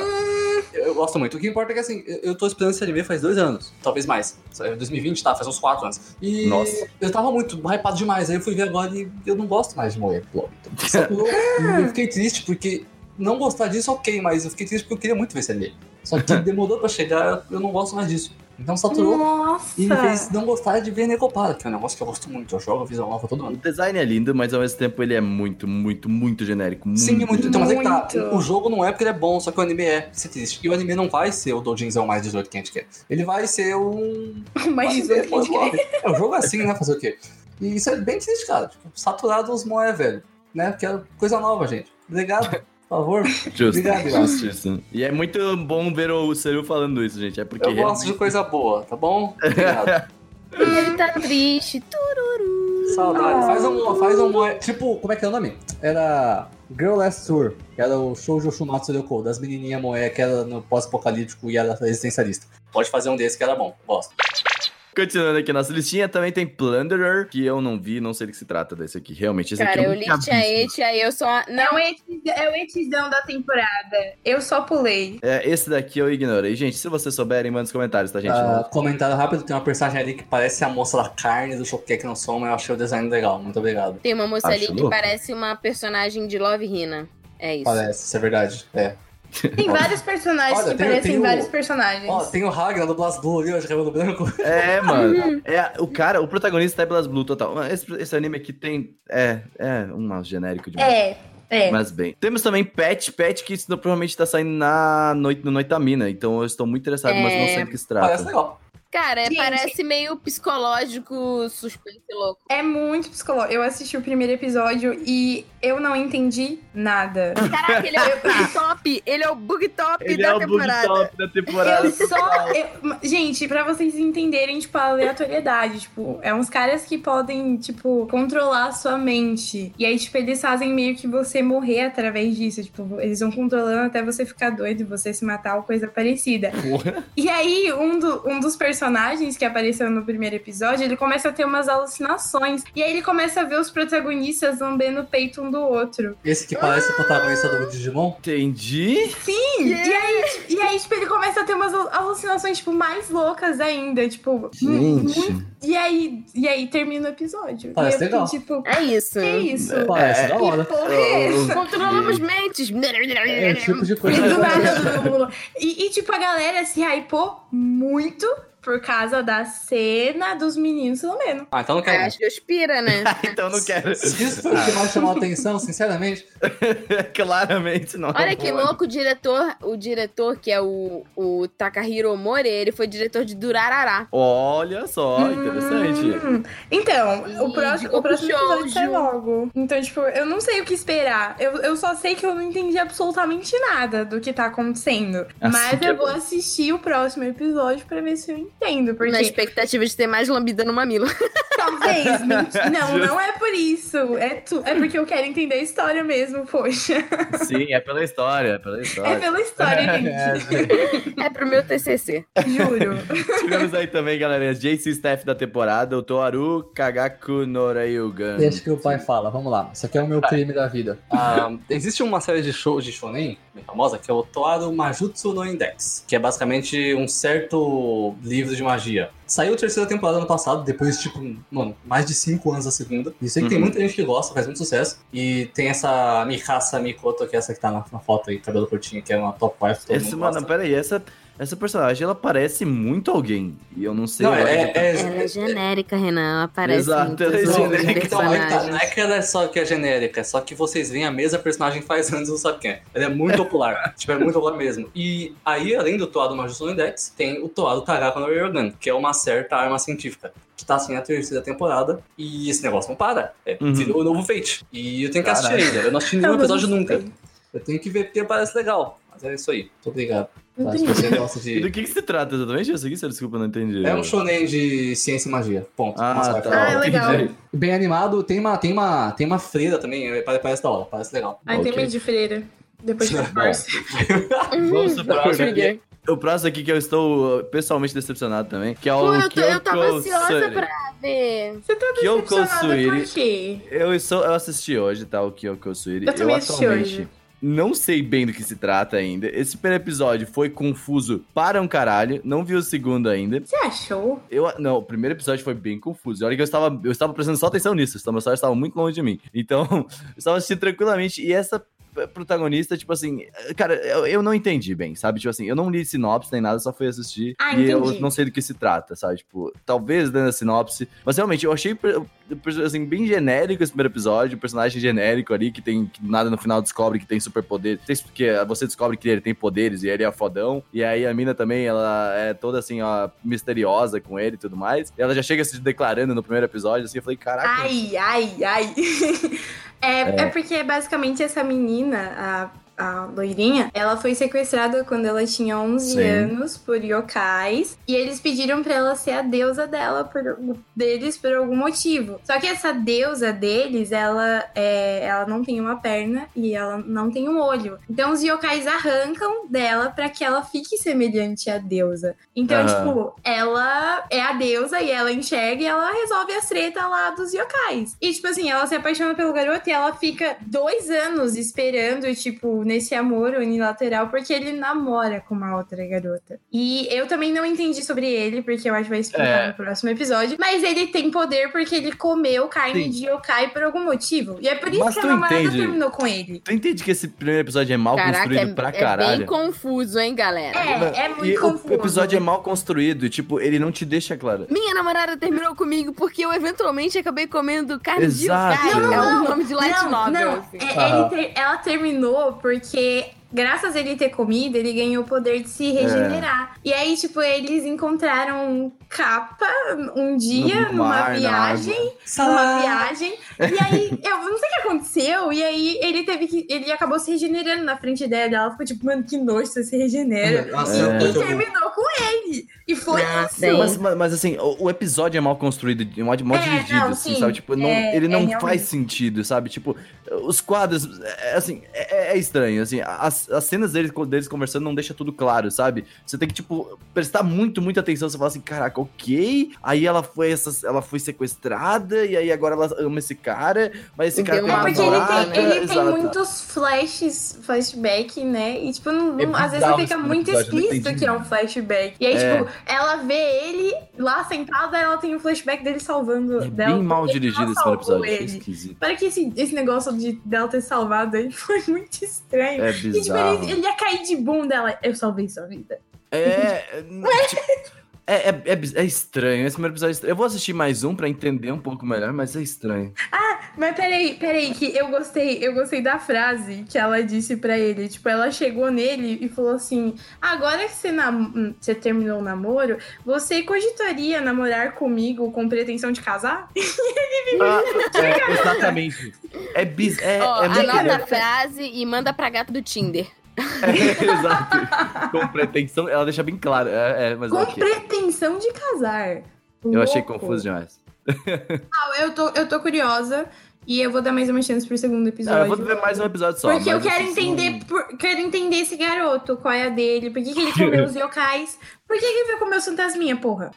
eu, eu gosto muito. O que importa é que assim, eu, eu tô esperando esse anime faz dois anos, talvez mais. Só é 2020, tá? Faz uns quatro anos. E Nossa. eu tava muito hypado demais. Aí eu fui ver agora e eu não gosto mais de Moe Blob. Só que eu, eu fiquei triste porque não gostar disso, ok, mas eu fiquei triste porque eu queria muito ver esse anime. Só que demorou pra chegar, eu não gosto mais disso. Então saturou. Nossa! E me fez não gostar de ver Necopara, que é um negócio que eu gosto muito. Eu jogo visual nova todo ano. O design é lindo, mas ao mesmo tempo ele é muito, muito, muito genérico. Sim, é muito. Então, mas é que tá. Muito. O jogo não é porque ele é bom, só que o anime é. Isso é triste. E o anime não vai ser o Doujinzão mais 18 que a gente quer. Ele vai ser um. Mas isso é Moe Blob. É, o jogo é assim, né? Fazer o quê? E isso é bem triste, cara. Tipo, saturado os Moé, velho. Né? Porque é coisa nova, gente. Obrigado, por favor. Justo, Obrigado, justo, justo. E é muito bom ver o Seru falando isso, gente. É porque Eu gosto de coisa boa, tá bom? Obrigado. Ele tá triste. Tu- Saudade. Faz um, faz um Moé. Tipo, como é que é o nome? Era. Girl Last Tour, que era o show de Shumatsu Ryoko, das menininhas moé, que era no pós-apocalíptico e era existencialista. Pode fazer um desse que era bom, gosto. Continuando aqui nossa listinha, também tem Plunderer, que eu não vi, não sei do que se trata desse aqui. Realmente, esse Cara, aqui é eu um li abismo. Tia Eti, aí eu só. Não, É o eti- é o etizão da temporada. Eu só pulei. É, esse daqui eu ignorei. Gente, se vocês souberem, manda nos comentários, tá, gente? Ah, comentário rápido, tem uma personagem ali que parece a moça da carne do Choqueque não soma, eu achei o design legal, muito obrigado. tem uma moça Acho ali que louco. parece uma personagem de Love Hina. É isso. Parece, isso é verdade. É. Tem vários personagens Olha, que tem- parecem tem o- vários personagens. Ó, tem o Ragnar do Blast Blue ali, ó, de cabelo branco. É, Uhum. mano. É, o cara, o protagonista é Blas Blue total. Esse, esse anime aqui tem. É, é um mal genérico demais. É, é. Mas bem. Temos também Pet, Pet, que isso provavelmente tá saindo na noite, no Noitamina. Então eu estou muito interessado, mas não É. sei do que se Parece trata. legal. Cara, é- Gente. parece meio psicológico, suspeito e louco. É muito psicológico. Eu assisti o primeiro episódio e eu não entendi nada. Caraca, ele é o bug top! Ele é o bug top Ele da é o bug temporada. top da temporada. Eu só. eu- gente, pra vocês entenderem, tipo, a aleatoriedade. Tipo, é uns caras que podem, tipo, controlar a sua mente. E aí, tipo, eles fazem meio que você morrer através disso. Tipo, eles vão controlando até você ficar doido, você se matar ou coisa parecida. E aí, um, do- um dos personagens que apareceu no primeiro episódio, ele começa a ter umas alucinações. E aí ele começa a ver os protagonistas lambendo o peito um do outro. Esse que parece o protagonista do Digimon. Entendi. Sim! E aí, tipo, e aí, tipo, ele começa a ter umas alucinações, tipo, mais loucas ainda. Tipo, Gente. E aí, e aí termina o episódio. e Parece eu legal. fiquei, tipo, É isso. que isso? Parece É. da hora. Porra, é essa? Controlamos mentes. É o tipo de E coisa. do nada, blá, blá, blá. E, e, tipo, a galera se hypou muito por causa da cena dos meninos Filomeno. Ah, então não É, quero. acho que aspira, né? Então eu não quero. Se isso foi o que mais chamou a atenção, sinceramente, Claramente não. Olha que Boa. louco, o diretor, o diretor que é o, o Takahiro Omori, ele foi diretor de Durarará. Olha só, interessante. Hum. Então, o Ih, próximo, o Goku próximo episódio sai Shoujo. logo. Então, tipo, eu não sei o que esperar. Eu, eu só sei que eu não entendi absolutamente nada do que tá acontecendo. Assim Mas que é eu vou bom. assistir o próximo episódio pra ver se eu entendo. Porque Na expectativa de ter mais lambida no mamilo. Talvez. mentira. Não, não é por isso. É, tu... é porque eu quero entender a história mesmo, poxa. Sim, é pela história, é pela É história. pela história, gente. É pro meu TCC. Juro. Tivemos aí também, galera, JC Staff da temporada, o Toaru Kagaku Norayugan. deixa que o pai fala. Vamos lá. Isso aqui é o meu crime da vida. Ah, existe uma série de shows de shonen, bem famosa, que é o Toaru Majutsu no Index, que é basicamente um certo livro de magia. Saiu a terceira temporada ano passado, depois, tipo, mano, mais de cinco anos a segunda. Isso aí que tem Uhum. muita gente que gosta, faz muito sucesso. E tem essa Mikasa Mikoto, que é essa que tá na, na foto aí, cabelo curtinho, que é uma top 4. todo Esse, mundo mano, gosta. peraí, essa, essa personagem, ela parece muito alguém. E eu não sei... Não, eu é, acho- é- Ela é genérica, Renan. Ela parece Exato, muito ela é os outros genérica. Então, aí tá, personagens. não é que ela é só que é genérica, é só que vocês veem a mesma personagem faz anos e não sabe quem é. Ela é muito popular. tipo, é muito popular mesmo. E aí, além do Toado Majus Index, tem o Toado Karaka no Ryogan, que é uma certa arma científica. Que tá assim a terceira temporada. E esse negócio não para. É, Uhum. Virou o novo Fate. E eu tenho que Caraca. assistir ainda. Eu não assisti nenhum Eu não episódio sei. nunca. Eu tenho que ver porque parece legal. Mas mas é isso aí. Muito obrigado. Tá, se você gosta E do de... que, que se trata exatamente isso aqui? Você desculpa, eu não entendi. É um shonen de ciência e magia. Ponto. Ah, Nossa, tá. vai falar. Ah, é legal. Entendi. Bem animado, tem uma, tem uma, tem uma freira também, é, pare- parece da hora, parece legal. Aí tem Ok. medo de freira. Depois de Bom. Parse. Hum. Vamos Tá pro próximo Trigger. aqui. O próximo aqui que eu estou uh, pessoalmente decepcionado também, que é o Pô, eu, tô- eu tava Kyoko ansiosa Suri. pra ver. Você tá Kyoko decepcionada tá? Suiri. por quê? Eu, sou- eu assisti hoje, tá? O Kyoko Suiri. Eu também assisti atualmente hoje. Não sei bem do que se trata ainda. Esse primeiro episódio foi confuso para um caralho. Não vi o segundo ainda. Você achou? Eu, não, o primeiro episódio foi bem confuso. E olha que eu estava, eu estava prestando só atenção nisso. Os tambores estavam muito longe de mim. Então, eu estava assistindo tranquilamente. E essa p- protagonista, tipo assim, cara, eu, eu não entendi bem, sabe? Tipo assim, eu não li sinopse nem nada, só fui assistir. Ah, e eu entendi. não sei do que se trata, sabe? Tipo, talvez dentro da sinopse. Mas realmente, eu achei per- per- assim, bem genérico esse primeiro episódio, o personagem genérico ali, que tem que nada no final descobre que tem superpoder. Tem- Porque você descobre que ele tem poderes e ele é fodão. E aí a mina também, ela é toda assim, ó, misteriosa com ele e tudo mais. E ela já chega se declarando no primeiro episódio, assim, eu falei, caraca. Ai, ai, ai. é, é. porque basicamente essa menina, a, a loirinha, ela foi sequestrada quando ela tinha 11 Sim. anos por yokais. E eles pediram pra ela ser a deusa dela por, deles por algum motivo. Só que essa deusa deles, ela, é, ela não tem uma perna e ela não tem um olho. Então os yokais arrancam dela pra que ela fique semelhante à deusa. Então, Aham. tipo, ela é a deusa e ela enxerga e ela resolve as tretas lá dos yokais. E, tipo assim, ela se apaixona pelo garoto e ela fica dois anos esperando, tipo, nesse amor unilateral, porque ele namora com uma outra garota. E eu também não entendi sobre ele, porque eu acho que vai explicar É. no próximo episódio. Mas ele tem poder porque ele comeu carne Sim. de yokai por algum motivo. E é por isso Mas que a tu namorada entende. terminou com ele. Tu entende que esse primeiro episódio é mal Caraca, construído pra é, é caralho? bem confuso, hein, galera? É, é muito e confuso. O episódio é mal construído, e, tipo, ele não te deixa claro. Minha namorada terminou comigo porque eu eventualmente acabei comendo carne Exato. de yokai. Não, é não, o nome de light não, novel. não. assim. É, Ah. ele ter- ela terminou porque, graças a ele ter comido, ele ganhou o poder de se É. regenerar. E aí, tipo, eles encontraram um capa um dia, No numa mar, na viagem, numa Ah. viagem. E aí, eu não sei o que aconteceu. E aí, ele teve que. Ele acabou se regenerando na frente dela. Ela ficou tipo, mano, que nojo, você se regenera. Nossa, um É. eu E tô- terminou com ele. E foi Nossa, hein? Mas, mas, mas, assim, o, o episódio é mal construído, é mal, mal É, dirigido, não, assim, sim. sabe? Tipo, não- É, ele não é, faz realmente. sentido, sabe? Tipo, os quadros, é, é, assim, é, é estranho, assim, as, as cenas deles, deles conversando não deixa tudo claro, sabe? Você tem que, tipo, prestar muito, muita atenção, você fala assim, caraca, ok, aí ela foi, essa, ela foi sequestrada, e aí agora ela ama esse cara, mas esse E cara deu tem É uma uma porque ele bolada, placa, tem, ele tem exato. muitos flashes, flashback, né? E, tipo, não- É não- às vezes bizarro fica esse muito episódio, eu não explícito entendi que é um flashback. E aí, É. tipo, ela vê ele lá sentada, ela tem um flashback dele salvando É dela. bem mal porque ela dirigido esse salvou episódio, foi ele. esquisito. Para que esse, esse negócio de dela ter salvado ele foi muito estranho. É E, tipo, ele, bizarro. ele ia cair de bunda, ela, eu salvei sua vida. É. é, tipo, É, é, é biz- é estranho, esse primeiro episódio é estranho. Eu vou assistir mais um pra entender um pouco melhor, mas é estranho. Mas peraí, peraí, que eu gostei, eu gostei da frase que ela disse pra ele. Tipo, ela chegou nele e falou assim: agora que você, nam- hum, você terminou o namoro, você cogitaria namorar comigo com pretensão de casar? Ah, é, exatamente. É, biz, é, Ó, é muito anota a frase e manda pra gata do Tinder. É, exato. Com pretensão, ela deixa bem claro. É, é, mas com ok. pretensão de casar. Eu achei Louco. confuso demais. Ah, eu tô, eu tô curiosa e eu vou dar mais uma chance pro segundo Ah, episódio. eu vou ver mais um episódio só. um. Porque eu mas quero esses entender, não- por- quero entender esse garoto, qual é a dele, por que, que ele comeu os yokais, por que, que ele comeu os fantasminha, porra?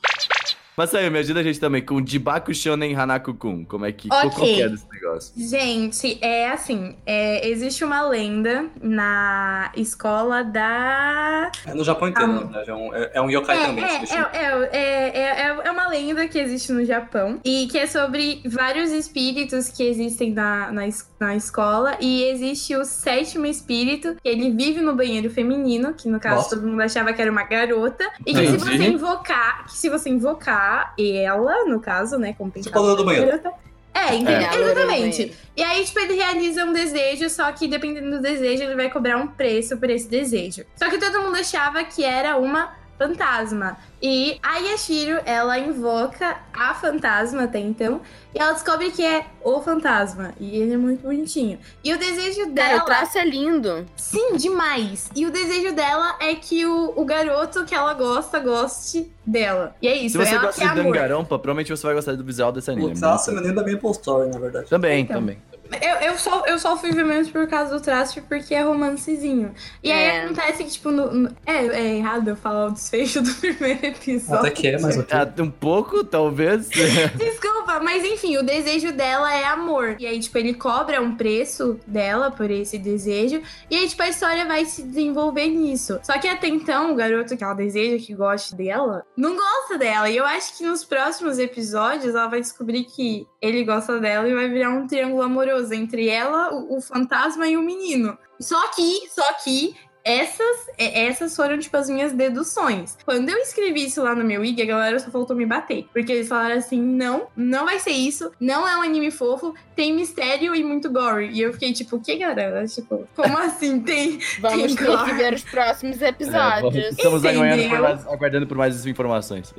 Mas aí, me ajuda a gente também com Jibaku Shonen Hanako-kun. Como é que. Ok. Qual que é desse negócio? Gente, é assim, é, existe uma lenda na escola da. É no Japão inteiro, na verdade. É um, é, é um yokai É, também. se é, deixa eu- é, é, é, é, é uma lenda que existe no Japão e que é sobre vários espíritos que existem na, na, es- na escola. E existe o sétimo espírito, que ele vive no banheiro feminino, que no caso Nossa. todo mundo achava que era uma garota. E que se Entendi. você invocar, que se você invocar ela, no caso, né? Como tem Você que falou do banheiro. garota. É, É. entendeu? exatamente. Banheiro. E aí, tipo, ele realiza um desejo, só que dependendo do desejo, ele vai cobrar um preço por esse desejo. Só que todo mundo achava que era uma fantasma. E a Yashiro, ela invoca a fantasma até então, e ela descobre que é o fantasma. E ele é muito bonitinho. E o desejo Cara, o dela. traço é lindo. Sim, demais. E o desejo dela é que o, o garoto que ela gosta goste dela. E é isso, Se você ela gosta quer de amor. Dangarompa, provavelmente você vai gostar do visual desse anime. O Muito traço bom. não é nem da Maple Story, na verdade. Também, Então. também. Eu, eu, só, eu só fui ver menos por causa do traço porque é romancezinho. E aí É. acontece que, tipo, no, no- é, é errado eu falar o desfecho do primeiro episódio. Até que é, mas ok. Ah, um pouco, talvez. Desculpa, mas enfim, o desejo dela é amor. E aí, tipo, ele cobra um preço dela por esse desejo. E aí, tipo, a história vai se desenvolver nisso. Só que até então, o garoto que ela deseja que goste dela, não gosta dela. E eu acho que nos próximos episódios ela vai descobrir que ele gosta dela e vai virar um triângulo amoroso entre ela, o, o fantasma e o menino. Só que, só que. Essas, é- essas foram, tipo, as minhas deduções. Quando eu escrevi isso lá no meu IG, a galera só faltou me bater. Porque eles falaram assim: não, não vai ser isso, não é um anime fofo, tem mistério e muito gore. E eu fiquei tipo, o que, galera? Tipo, como assim? Tem, Vamos Tem ter gore. que ver os próximos É, bom, episódios. estamos aguardando por, Entendeu? mais, aguardando por mais informações.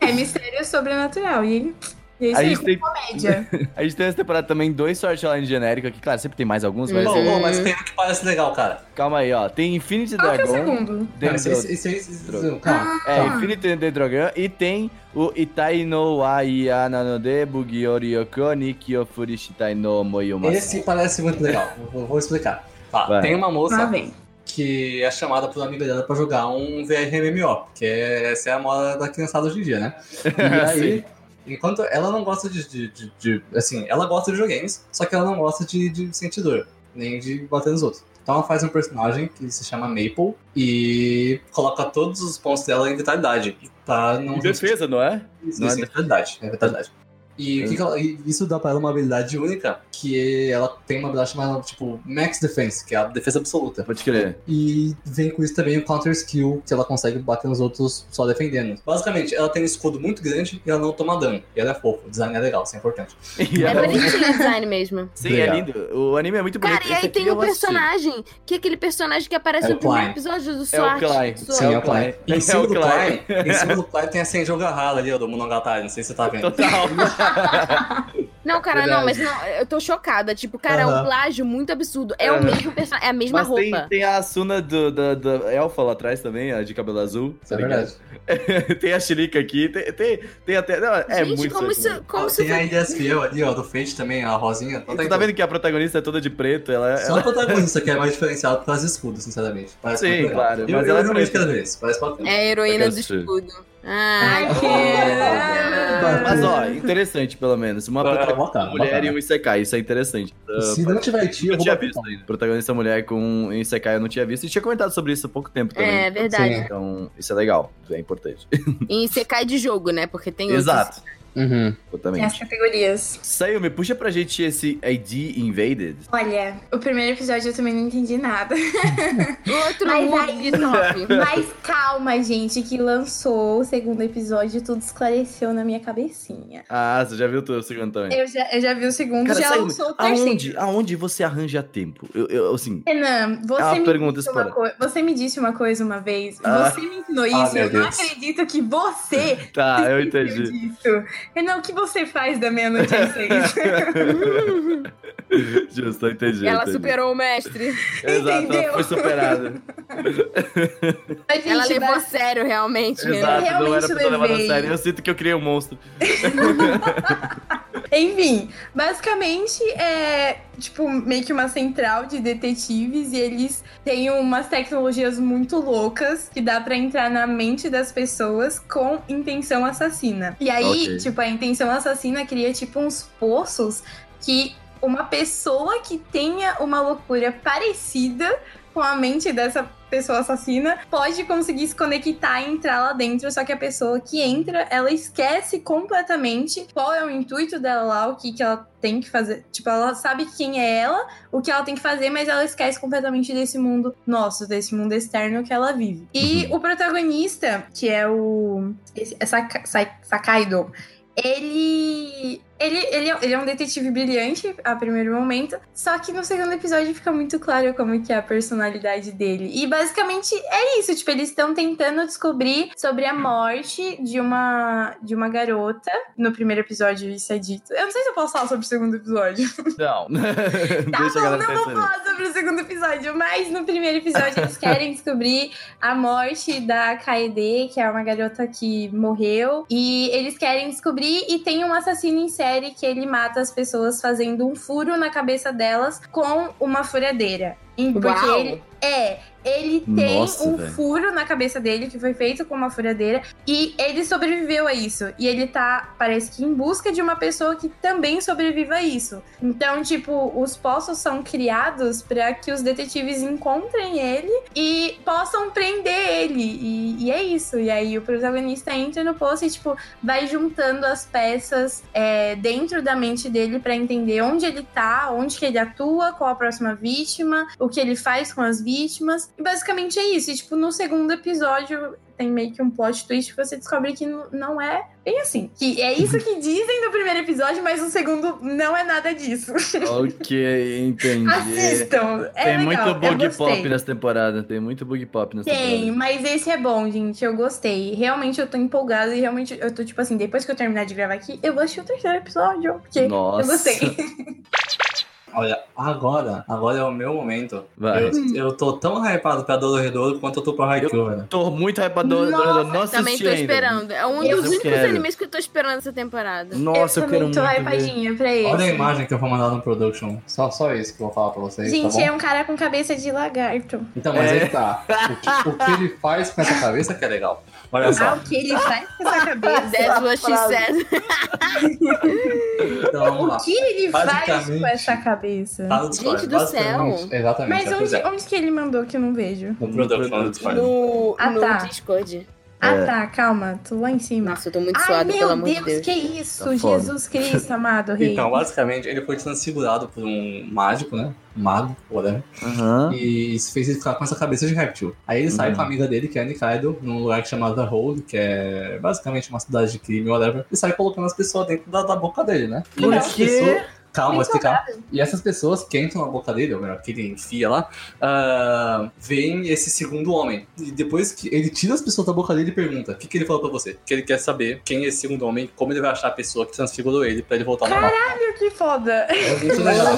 É mistério sobrenatural. E e é isso A aí, gente, tem, comédia. a gente tem essa temporada também dois Swordline genérico aqui. Claro, sempre tem mais Hum. alguns, mas Bom, bom, mas tem um que parece legal, cara. calma aí, ó. Tem Ah, Infinity Qual que é o um? Dragon. segundo? Não, Dendro- isso, isso, isso, isso- Droga. calma. É, Ah. Infinity and the Dragon e tem o Itai no wa ia nanode bugiori yoko ni kyofurishita no moyomasa. Esse parece muito legal. Vou, vou explicar. Tá, Vai. tem uma moça Lá vem. que é chamada por uma amiga dela pra jogar um VRMMO, que é, essa é a moda da criançada hoje em dia, né? E aí, enquanto ela não gosta de, de- de- de- Assim, ela gosta de videogames, só que ela não gosta de, de sentir dor, nem de bater nos outros. Então ela faz um personagem que se chama Maple e coloca todos os pontos dela em vitalidade. Tá num Em defesa, não é? isso, Não é isso, é verdade, é verdade. E, o que que ela- e isso dá pra ela uma habilidade única, que ela tem uma habilidade chamada, tipo, Max Defense, que é a defesa absoluta. Pode crer. E vem com isso também o Counter Skill, que ela consegue bater nos outros só defendendo. Basicamente, ela tem um escudo muito grande e ela não toma dano. E ela é fofa, o design é legal, isso é importante. E É aí- bonitinho o design mesmo. Sim, é lindo. O anime é muito bonito. Cara, e Esse aí aqui tem um eu assisti. personagem, que é aquele personagem que aparece É no o primeiro Klein. episódio do É o SWAT. Klein. SWAT. Sim, é o Klein. Klein. E É Em cima o do Klein. Klein, em cima do Klein tem a Senjou Garrala ali, ó, do Monogatari, não sei se você tá vendo. Total. Não, cara, Verdade. não, mas não, eu tô chocada. Tipo, cara, é um Aham. plágio muito absurdo. É Aham. o mesmo personagem, é a mesma Mas roupa. tem, tem a Asuna do, da, da Elfa lá atrás também, a de cabelo azul. Isso tá é ligado? verdade. tem a Shirika aqui, tem, tem, tem até. Não, é Gente, muito como certo. isso, como Ah, isso tem a Yasfiel ali, ó, do Fate também, a Rosinha. Então Você tem tá tudo. vendo que a protagonista é toda de preto? Ela, Só ela... o protagonista que é mais diferenciado por causa do escudo, sinceramente. Parece Sim, muito legal. claro, Eu, mas eu ela é realmente preta. quero ver isso, parece bacana. É a heroína do Sim. escudo. Ah, Ai, que. é Mas ó, interessante pelo menos. Uma Ah, protagonista bacana, mulher bacana. e um Isekai, isso é interessante. Se não tiver tio, Eu eu vou tinha bater visto ainda. Protagonista mulher com um Isekai eu não tinha visto. E tinha comentado sobre isso há pouco tempo também. é verdade. Sim. Então, isso é legal, é importante. E você cai de jogo, né? Porque tem outros. Exato, Uhum. Tem exatamente. as categorias. Sayumi, puxa pra gente esse ID Invaded. Olha, o primeiro episódio eu também não entendi nada. Outro Mas mundo aí- de top. Mas calma, gente, que lançou o segundo episódio, tudo esclareceu na minha cabecinha. Ah, você já viu o segundo também. É. Eu já, eu já vi o segundo, já Sayumi, lançou o terceiro. aonde, aonde você arranja tempo? Eu, eu assim, Renan, você, é uma me pergunta disse uma explorada. coi- você me disse uma coisa uma vez. Ah. Você me ensinou Ah, isso. meu eu não Deus. acredito que você Tá, eu esqueceu entendi. disso. Renan, o que você faz da meia-noite às seis? Justo, eu entendi. Ela entendi. superou o mestre. Exato, ela Entendeu? foi superada. Mas, gente, Ela levou a mas- sério, realmente. né? Exato, não era realmente pra levar a levei. sério. Eu sinto que eu criei um monstro. Enfim, basicamente é tipo meio que uma central de detetives e eles têm umas tecnologias muito loucas que dá pra entrar na mente das pessoas com intenção assassina. E aí, Ok. tipo, a intenção assassina cria tipo uns poços que uma pessoa que tenha uma loucura parecida com a mente dessa pessoa assassina pode conseguir se conectar e entrar lá dentro, só que a pessoa que entra, ela esquece completamente qual é o intuito dela lá, o que, que ela tem que fazer. Tipo, ela sabe quem é ela, o que ela tem que fazer, mas ela esquece completamente desse mundo nosso, desse mundo externo que ela vive. E o protagonista, que é o esse- é Saka- Sa- Sakaido, ele Ele, ele, é- ele é um detetive brilhante a primeiro momento, só que no segundo episódio fica muito claro como que é a personalidade dele. E basicamente é isso, tipo, eles estão tentando descobrir sobre a morte de uma de uma garota. No primeiro episódio isso é dito. Eu não sei se eu posso falar sobre o segundo episódio. Não. Tá Deixa a bom, galera não vou pensando. falar sobre o segundo episódio, mas no primeiro episódio eles querem descobrir a morte da Kaede, que é uma garota que morreu. E eles querem descobrir e tem um assassino em série que ele mata as pessoas fazendo um furo na cabeça delas com uma furadeira. E Porque Uau! ele é. Ele tem Nossa, um velho. furo na cabeça dele que foi feito com uma furadeira e ele sobreviveu a isso. E ele tá, parece que, em busca de uma pessoa que também sobreviva a isso. Então, tipo, os poços são criados pra que os detetives encontrem ele e possam prender ele. E, e é isso. E aí o protagonista entra no poço e, tipo, vai juntando as peças é, dentro da mente dele pra entender onde ele tá, onde que ele atua, qual a próxima vítima, o que ele faz com as vítimas. E basicamente é isso. E, tipo, no segundo episódio tem meio que um plot twist que você descobre que n- não é bem assim. Que é isso que dizem do primeiro episódio, mas no segundo não é nada disso. Ok, entendi. Assistam. É Tem legal. muito bug eu gostei. pop nessa temporada. Tem muito bug pop nessa Tem, temporada. mas esse é bom, gente. Eu gostei. Realmente eu tô empolgada e realmente eu tô tipo assim, depois que eu terminar de gravar aqui, eu vou assistir o terceiro episódio. Porque eu Nossa. gostei. Olha, agora, agora é o meu momento. Vai. Eu, eu tô tão hypado pra Doro Redouro quanto eu tô pra Haikyuu, velho. Tô muito hypado. eu Não, assisti Também tô ainda. esperando. É um Eu dos únicos quero. animes que eu tô esperando essa temporada. Nossa, eu, também quero muito. tô ver. hypadinha pra Olha a ele. imagem que eu vou mandar no production. Só, só isso que eu vou falar pra vocês, tá Gente, bom? é um cara com cabeça de lagarto. Então, mas É. aí tá. O que, o que ele faz com essa cabeça que é legal. Olha Ah, só. o que ele faz com essa cabeça? That's what she said. Então, vamos lá. O que ele faz Basicamente- com essa cabeça? Tá no Discord, Gente do basicamente. céu. Exatamente. Mas é, pois onde, é. onde que ele mandou que eu não vejo? No production, no Discord. No, Ah, no tá. Discord. É. Ah tá, calma, tô lá em cima. Nossa, eu tô muito Ai suada, meu pelo amor de Deus, Deus. que isso, Tá foda. Jesus Cristo, amado rei. Então, basicamente, ele foi sendo segurado por um mágico, né? Um mago, whatever. Aham. E isso fez ele ficar com essa cabeça de réptil. Aí ele sai Uhum. com a amiga dele, que é a Nikaido, num lugar que chama The Hole, que é basicamente uma cidade de crime, whatever. E sai colocando as pessoas dentro da, da boca dele, né? Por E essas quê? pessoas- Calma, vou Bem explicar. E essas pessoas que entram na boca dele, ou melhor, que ele enfia lá, ah, vem esse segundo homem. E depois que ele tira as pessoas da boca dele e pergunta: o que, que ele falou pra você? Que ele quer saber quem é esse segundo homem, como ele vai achar a pessoa que transfigurou ele pra ele voltar normal. Caralho, que foda. É muito né? legal.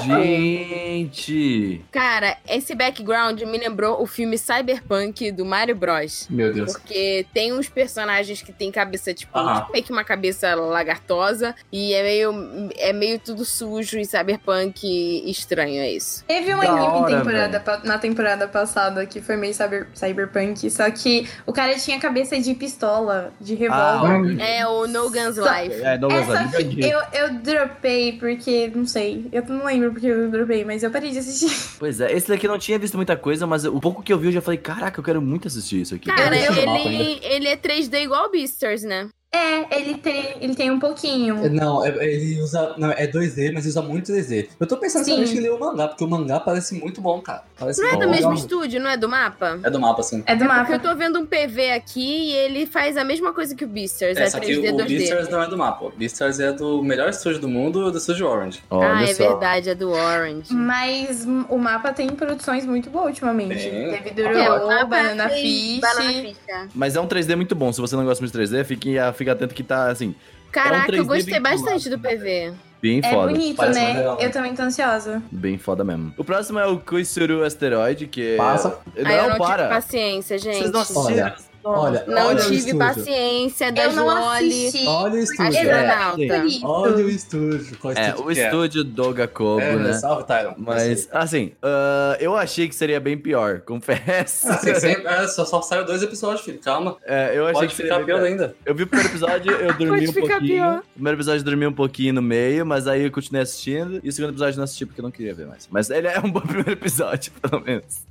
Gente. Cara, esse background me lembrou o filme Cyberpunk do Mario Bros. Meu Deus. Porque tem uns personagens que tem cabeça, tipo, Aham. tipo, meio que uma cabeça lagartosa. E é meio, é meio tudo sujo e cyberpunk e estranho, é isso. Teve um Da anime hora, temporada pa- na temporada passada que foi meio cyber- cyberpunk, só que o cara tinha cabeça de pistola, de Ah, Ah, revólver. Hum. É o No Guns Life. É, não é, gostei. só que eu, eu dropei porque, não sei, eu não lembro porque eu dropei, mas eu parei de assistir. Pois é, esse daqui eu não tinha visto muita coisa, mas o pouco que eu vi eu já falei, caraca, eu quero muito assistir isso aqui. Cara, Eu vi esse mapa né? ele, ele é 3D igual o Beasters, né? É, ele tem, ele tem um pouquinho. Não, é- ele usa. Não, é 2D, mas ele usa muito 3D. Eu tô pensando Sim. realmente que ele é o mangá, porque o mangá parece muito bom, cara. Parece Não é muito do bom. mesmo estúdio, não é do mapa? É do mapa, assim. É do Porque eu mapa. tô vendo um PV aqui e ele faz a mesma coisa que o Beasters, é, É, só que 3D, o 2D. Beastars não é do mapa. O Beastars é do melhor estúdio do mundo, do estúdio Orange. Ah, Olha é só. verdade, é do Orange. Mas hum, o mapa tem produções muito boas ultimamente. Tem. Teve É, Dororo, o mapa Banana fez Fish. Banana Fish, é. Mas é um 3D muito bom. Se você não gosta muito de 3D, fique, fica atento que tá assim, um Caraca, eu 3D gostei vinculado, bastante do PV. bem É foda. bonito, Parece né? maneirão, né? Eu também tô ansiosa. Bem foda mesmo. O próximo é o Kuisuru Asteroid, que é. Passa. Não, Aí eu não tive para. paciência, gente. Vocês não assistiram? Olha, Olha, Não olha o tive estúdio. paciência das eu não Loli. assisti. Olha o estúdio. É, Exato. Astronauta. Por isso. Olha o estúdio. Qual É, estúdio o que é? estúdio do Gakobo, É, né? Salve, Tyron. Mas, assim, ah, eu achei que seria bem pior, confesso. Assim, sempre- é, só, só saiu dois episódios, filho. Calma. É, eu achei Pode que seria ficar bem pior pior. ainda. Eu vi o primeiro episódio, eu dormi Pode um ficar pouquinho. pior. O primeiro episódio eu dormi um pouquinho no meio, mas aí eu continuei assistindo. E o segundo episódio eu não assisti porque eu não queria ver mais. Mas ele é um bom primeiro episódio, pelo menos.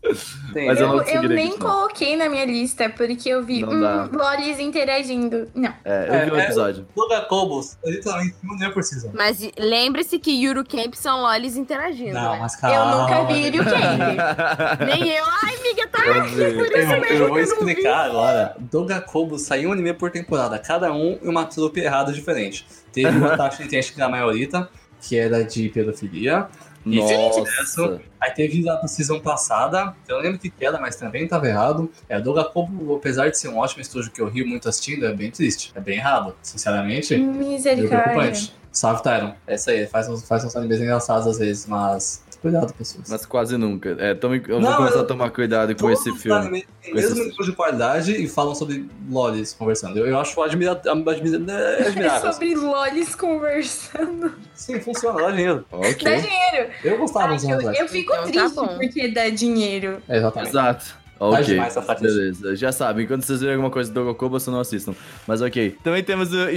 Tem. Mas eu Eu, não eu conseguiria nem acreditar. coloquei na minha lista, porque eu vi Não hum, dá. lolis interagindo. Não. É, eu vi um É, é. episódio. Pluga Cobos, literalmente, não é precisa. Mas lembre-se que Yuru Camp são lolis interagindo. Não, né? mas Eu calma. nunca vi ele o Kang. Nem eu. Ai, amiga, tá Eu aqui vi. por isso Eu, mesmo. eu vou que não vi. explicar agora. Dogakobo saiu um anime por temporada, cada um e uma trupe errada diferente. Teve o Ataque Intense da maioria, que era de pedofilia. E Nossa. Aí teve da season passada, que eu não lembro o que que era, mas também tava errado. É, Dogakobo, apesar de ser um ótimo estúdio que eu rio muito assistindo, é bem triste. É bem errado, sinceramente. Meio Hum, Misericórdia. preocupante. Salve, Tyron. É isso aí, faz uns, faz uns animes engraçados às vezes, mas cuidado, pessoas. Mas quase nunca. É, tome, eu vou Não, começar eu- a tomar cuidado com Todos esse os filme. animes têm o Com esse mesmo filme. nível de qualidade e falam sobre lolis conversando. Eu, eu acho admira admira admirável. Sobre lolis conversando. Sim, funciona, dá dinheiro. Ok. Dá dinheiro. Eu gostava dos Eu, anos eu fico Então tá triste bom. porque dá dinheiro. Exatamente. Exato. Ok. Tá demais, safadinho. Beleza. Já sabem, quando vocês verem alguma coisa do Gokobo, vocês não assistam. Mas ok. Também temos o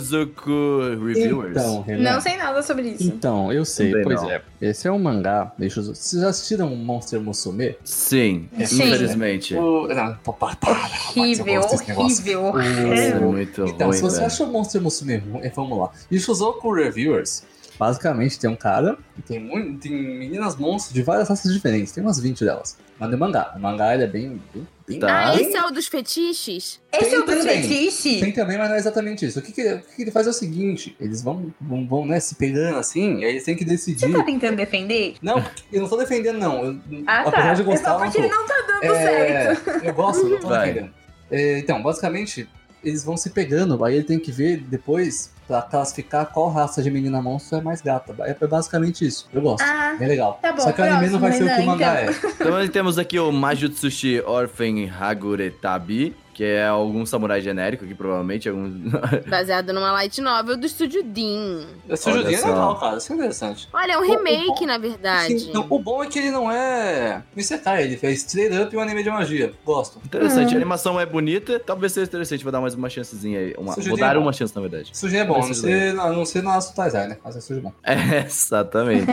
Ishuzuku Reviewers. Então, Renan. Não sei nada sobre isso. Então, eu sei, Também pois não. é. Esse é um mangá. Deixa eu... Vocês já assistiram Monster Musume? Sim, É. Sim. infelizmente. O... Não, pa- pa- para, rapaz, eu Horrível, gosto desse negócio. horrível. Nossa, horrível. É muito Então, ruim, se você velho. acha o Monster Musume ruim, eh, vamos lá. E Shuzoku Reviewers, basicamente tem um cara e tem, muito, tem meninas monstros de várias raças diferentes, tem umas 20 delas. Mas no mangá, o mangá ele é bem. bem, bem Tá. Ah, bem- esse é o dos fetiches? Esse é o Tem do também. fetiche? Tem também, mas não é exatamente isso. O que, que, o que que ele faz é o seguinte: eles vão, vão, vão né, se pegando assim, e aí eles têm que Você decidir. tá tentando defender? Não, eu não tô defendendo, não. Eu, Ah, apesar tá. de eu gostar, é só eu não porque tô. ele não tá dando certo. É, eu gosto, eu tô Vai. entendendo. É, então, basicamente, eles vão se pegando, aí ele tem que ver depois pra classificar qual raça de menina monstro é mais gata. É basicamente isso. Eu gosto. Ah, é legal. tá bom, Só que o anime não vai ser próximo, então. o que o mangá Renan, é. Também Então, temos aqui o Majutsushi Orphan Haguretabi, que é algum samurai genérico, que provavelmente é algum. Baseado numa light novel do estúdio Dean. Esse jogo Olha é só. legal, cara. Isso é interessante. Olha, é um O- o remake, bom- na verdade. Sim, não, o bom é que ele não é um Isekai, ele fez straight up e um anime de magia. Gosto. Interessante, a animação é bonita, talvez seja interessante, vou dar mais uma chancezinha aí. Uma, vou Sugeriria. dar uma chance, na verdade. Suji é bom, a não Esse ser, a não ser na Asutaizai, né? Mas é suji bom. É, exatamente.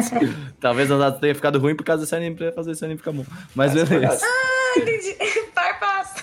talvez a Nato tenha ficado ruim por causa desse anime, pra fazer esse anime ficar bom. Mas Essa é a beleza. verdade. Farpas.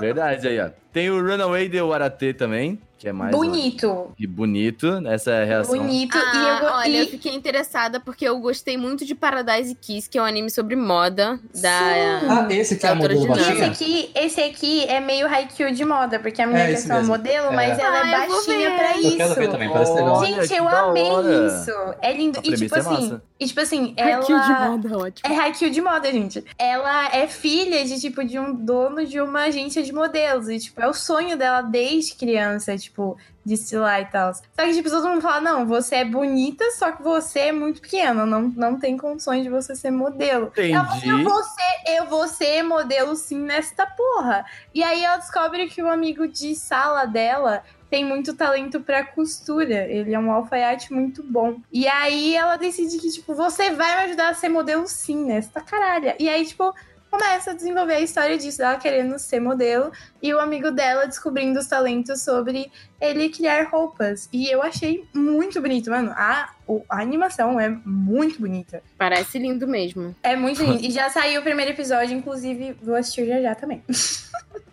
Verdade aí, ó. Tem o Runaway de Warate também, que é mais. Bonito. um- E bonito, né? essa é a reação. Bonito. e eu, Ah, go- olha, eu e- fiquei interessada porque eu gostei muito de Paradise Kiss, que é um anime sobre moda Hum, da. Ah, esse que é a Doutora modelo Dinâmica. esse baixinha? aqui, esse aqui é meio Haikyuu de moda, porque a minha É, é, esse só mesmo. modelo, É. mas ela é Ah, eu vou baixinha ver. pra Eu quero ver isso. também, parece legal. Olha, Gente, que eu da amei hora. isso. É lindo. A E tipo premissa é assim, massa. e tipo assim, Haikyuu ela de moda, ótimo. é Haikyuu de moda, gente. Ela é filha de tipo de um dono de uma agência de modelos e tipo é o sonho dela desde criança, tipo de estilar e tal. Só que tipo todo mundo fala não, você é bonita, só que você é muito pequena, não não tem condições de você ser modelo. Ela fala, Entendi. Então, eu vou ser, eu vou ser modelo sim nesta porra. E aí ela descobre que o amigo de sala dela tem muito talento pra costura. Ele é um alfaiate muito bom. E aí ela decide que, tipo, você vai me ajudar a ser modelo sim, né? Você tá caralha. E aí, tipo, começa a desenvolver a história disso, dela querendo ser modelo e o amigo dela descobrindo os talentos sobre ele criar roupas. E eu achei muito bonito, mano. A, o- a animação é muito bonita. Parece lindo mesmo. É muito lindo. E já saiu o primeiro episódio, inclusive, vou assistir já já também.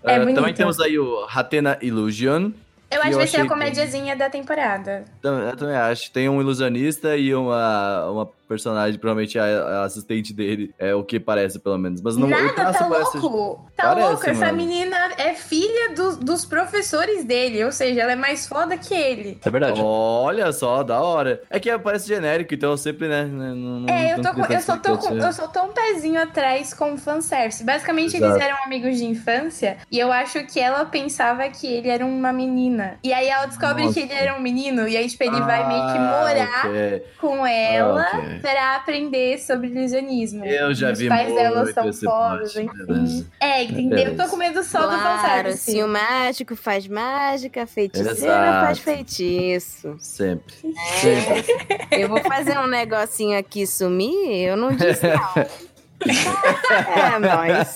Ah, é bonito. também temos aí o Hatena Illusion. Eu acho Eu que vai ser a achei comediazinha da temporada. Tam- Eu também acho. Tem um ilusionista e uma, uma personagem, provavelmente a, a assistente dele. É o que parece, pelo menos. Mas não, o Nada, traço tá parece. louco? Tá parece, louco? Essa mano. menina é filha do- dos professores dele, ou seja, ela é mais foda que ele. É verdade. Olha só, da hora. É que parece genérico, então eu sempre, né? Não, não- não É, eu, tô com- tenho eu, só tô tanta com- eu só tô um pezinho atrás com o fanservice. Basicamente, Exato. eles eram amigos de infância e eu acho que ela pensava que ele era uma menina. E aí ela descobre Nossa. que ele era um menino e aí, tipo, ele vai meio que morar Ah, ok. com ela Ah, ok. pra aprender sobre ilusionismo. Eu já Os vi pais dela muito são esse pobres, plot, enfim. beleza. É, entendeu? Eu Beleza. tô com medo só do Claro, assim, um fanservice. se o mágico faz mágica, feiticeira Exato. faz feitiço. Sempre. É. Eu vou fazer um negocinho aqui sumir, eu não disse não. É, nós.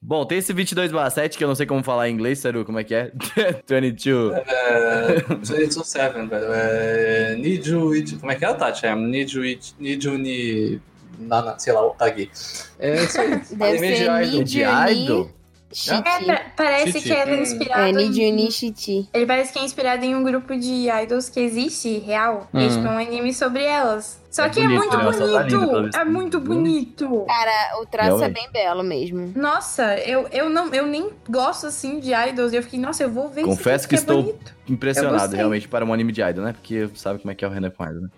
Bom, tem esse 22 7 que eu não sei como falar em inglês, sério, como é que é? 22. é, Jujutsu 7, velho. É... Niju Ichi... Como é que é, Tati? É Niju Ichi... Niju Ni... Nana, sei lá, o Tagi. É isso aí. Deve Anime de ser idol. Nid, De idol? É, pa- parece Chichi. que é Hum. inspirado. É, em- Niji Nishiti. Ele parece que é inspirado em um grupo de idols que existe, real. Hum. E tipo, é um anime sobre elas. Só É que bonito, é muito né? Ela tá linda, pelo bonito. visto. é muito bonito. Cara, o traço é Realmente. bem belo mesmo. Nossa, eu, eu, não, eu nem gosto assim de idols. Eu fiquei, nossa, eu vou ver Confesso isso que porque é estou- bonito. Eu Impressionado, gostei. realmente, para um anime de idol, né? Porque sabe como é que é o Renan com idol, né?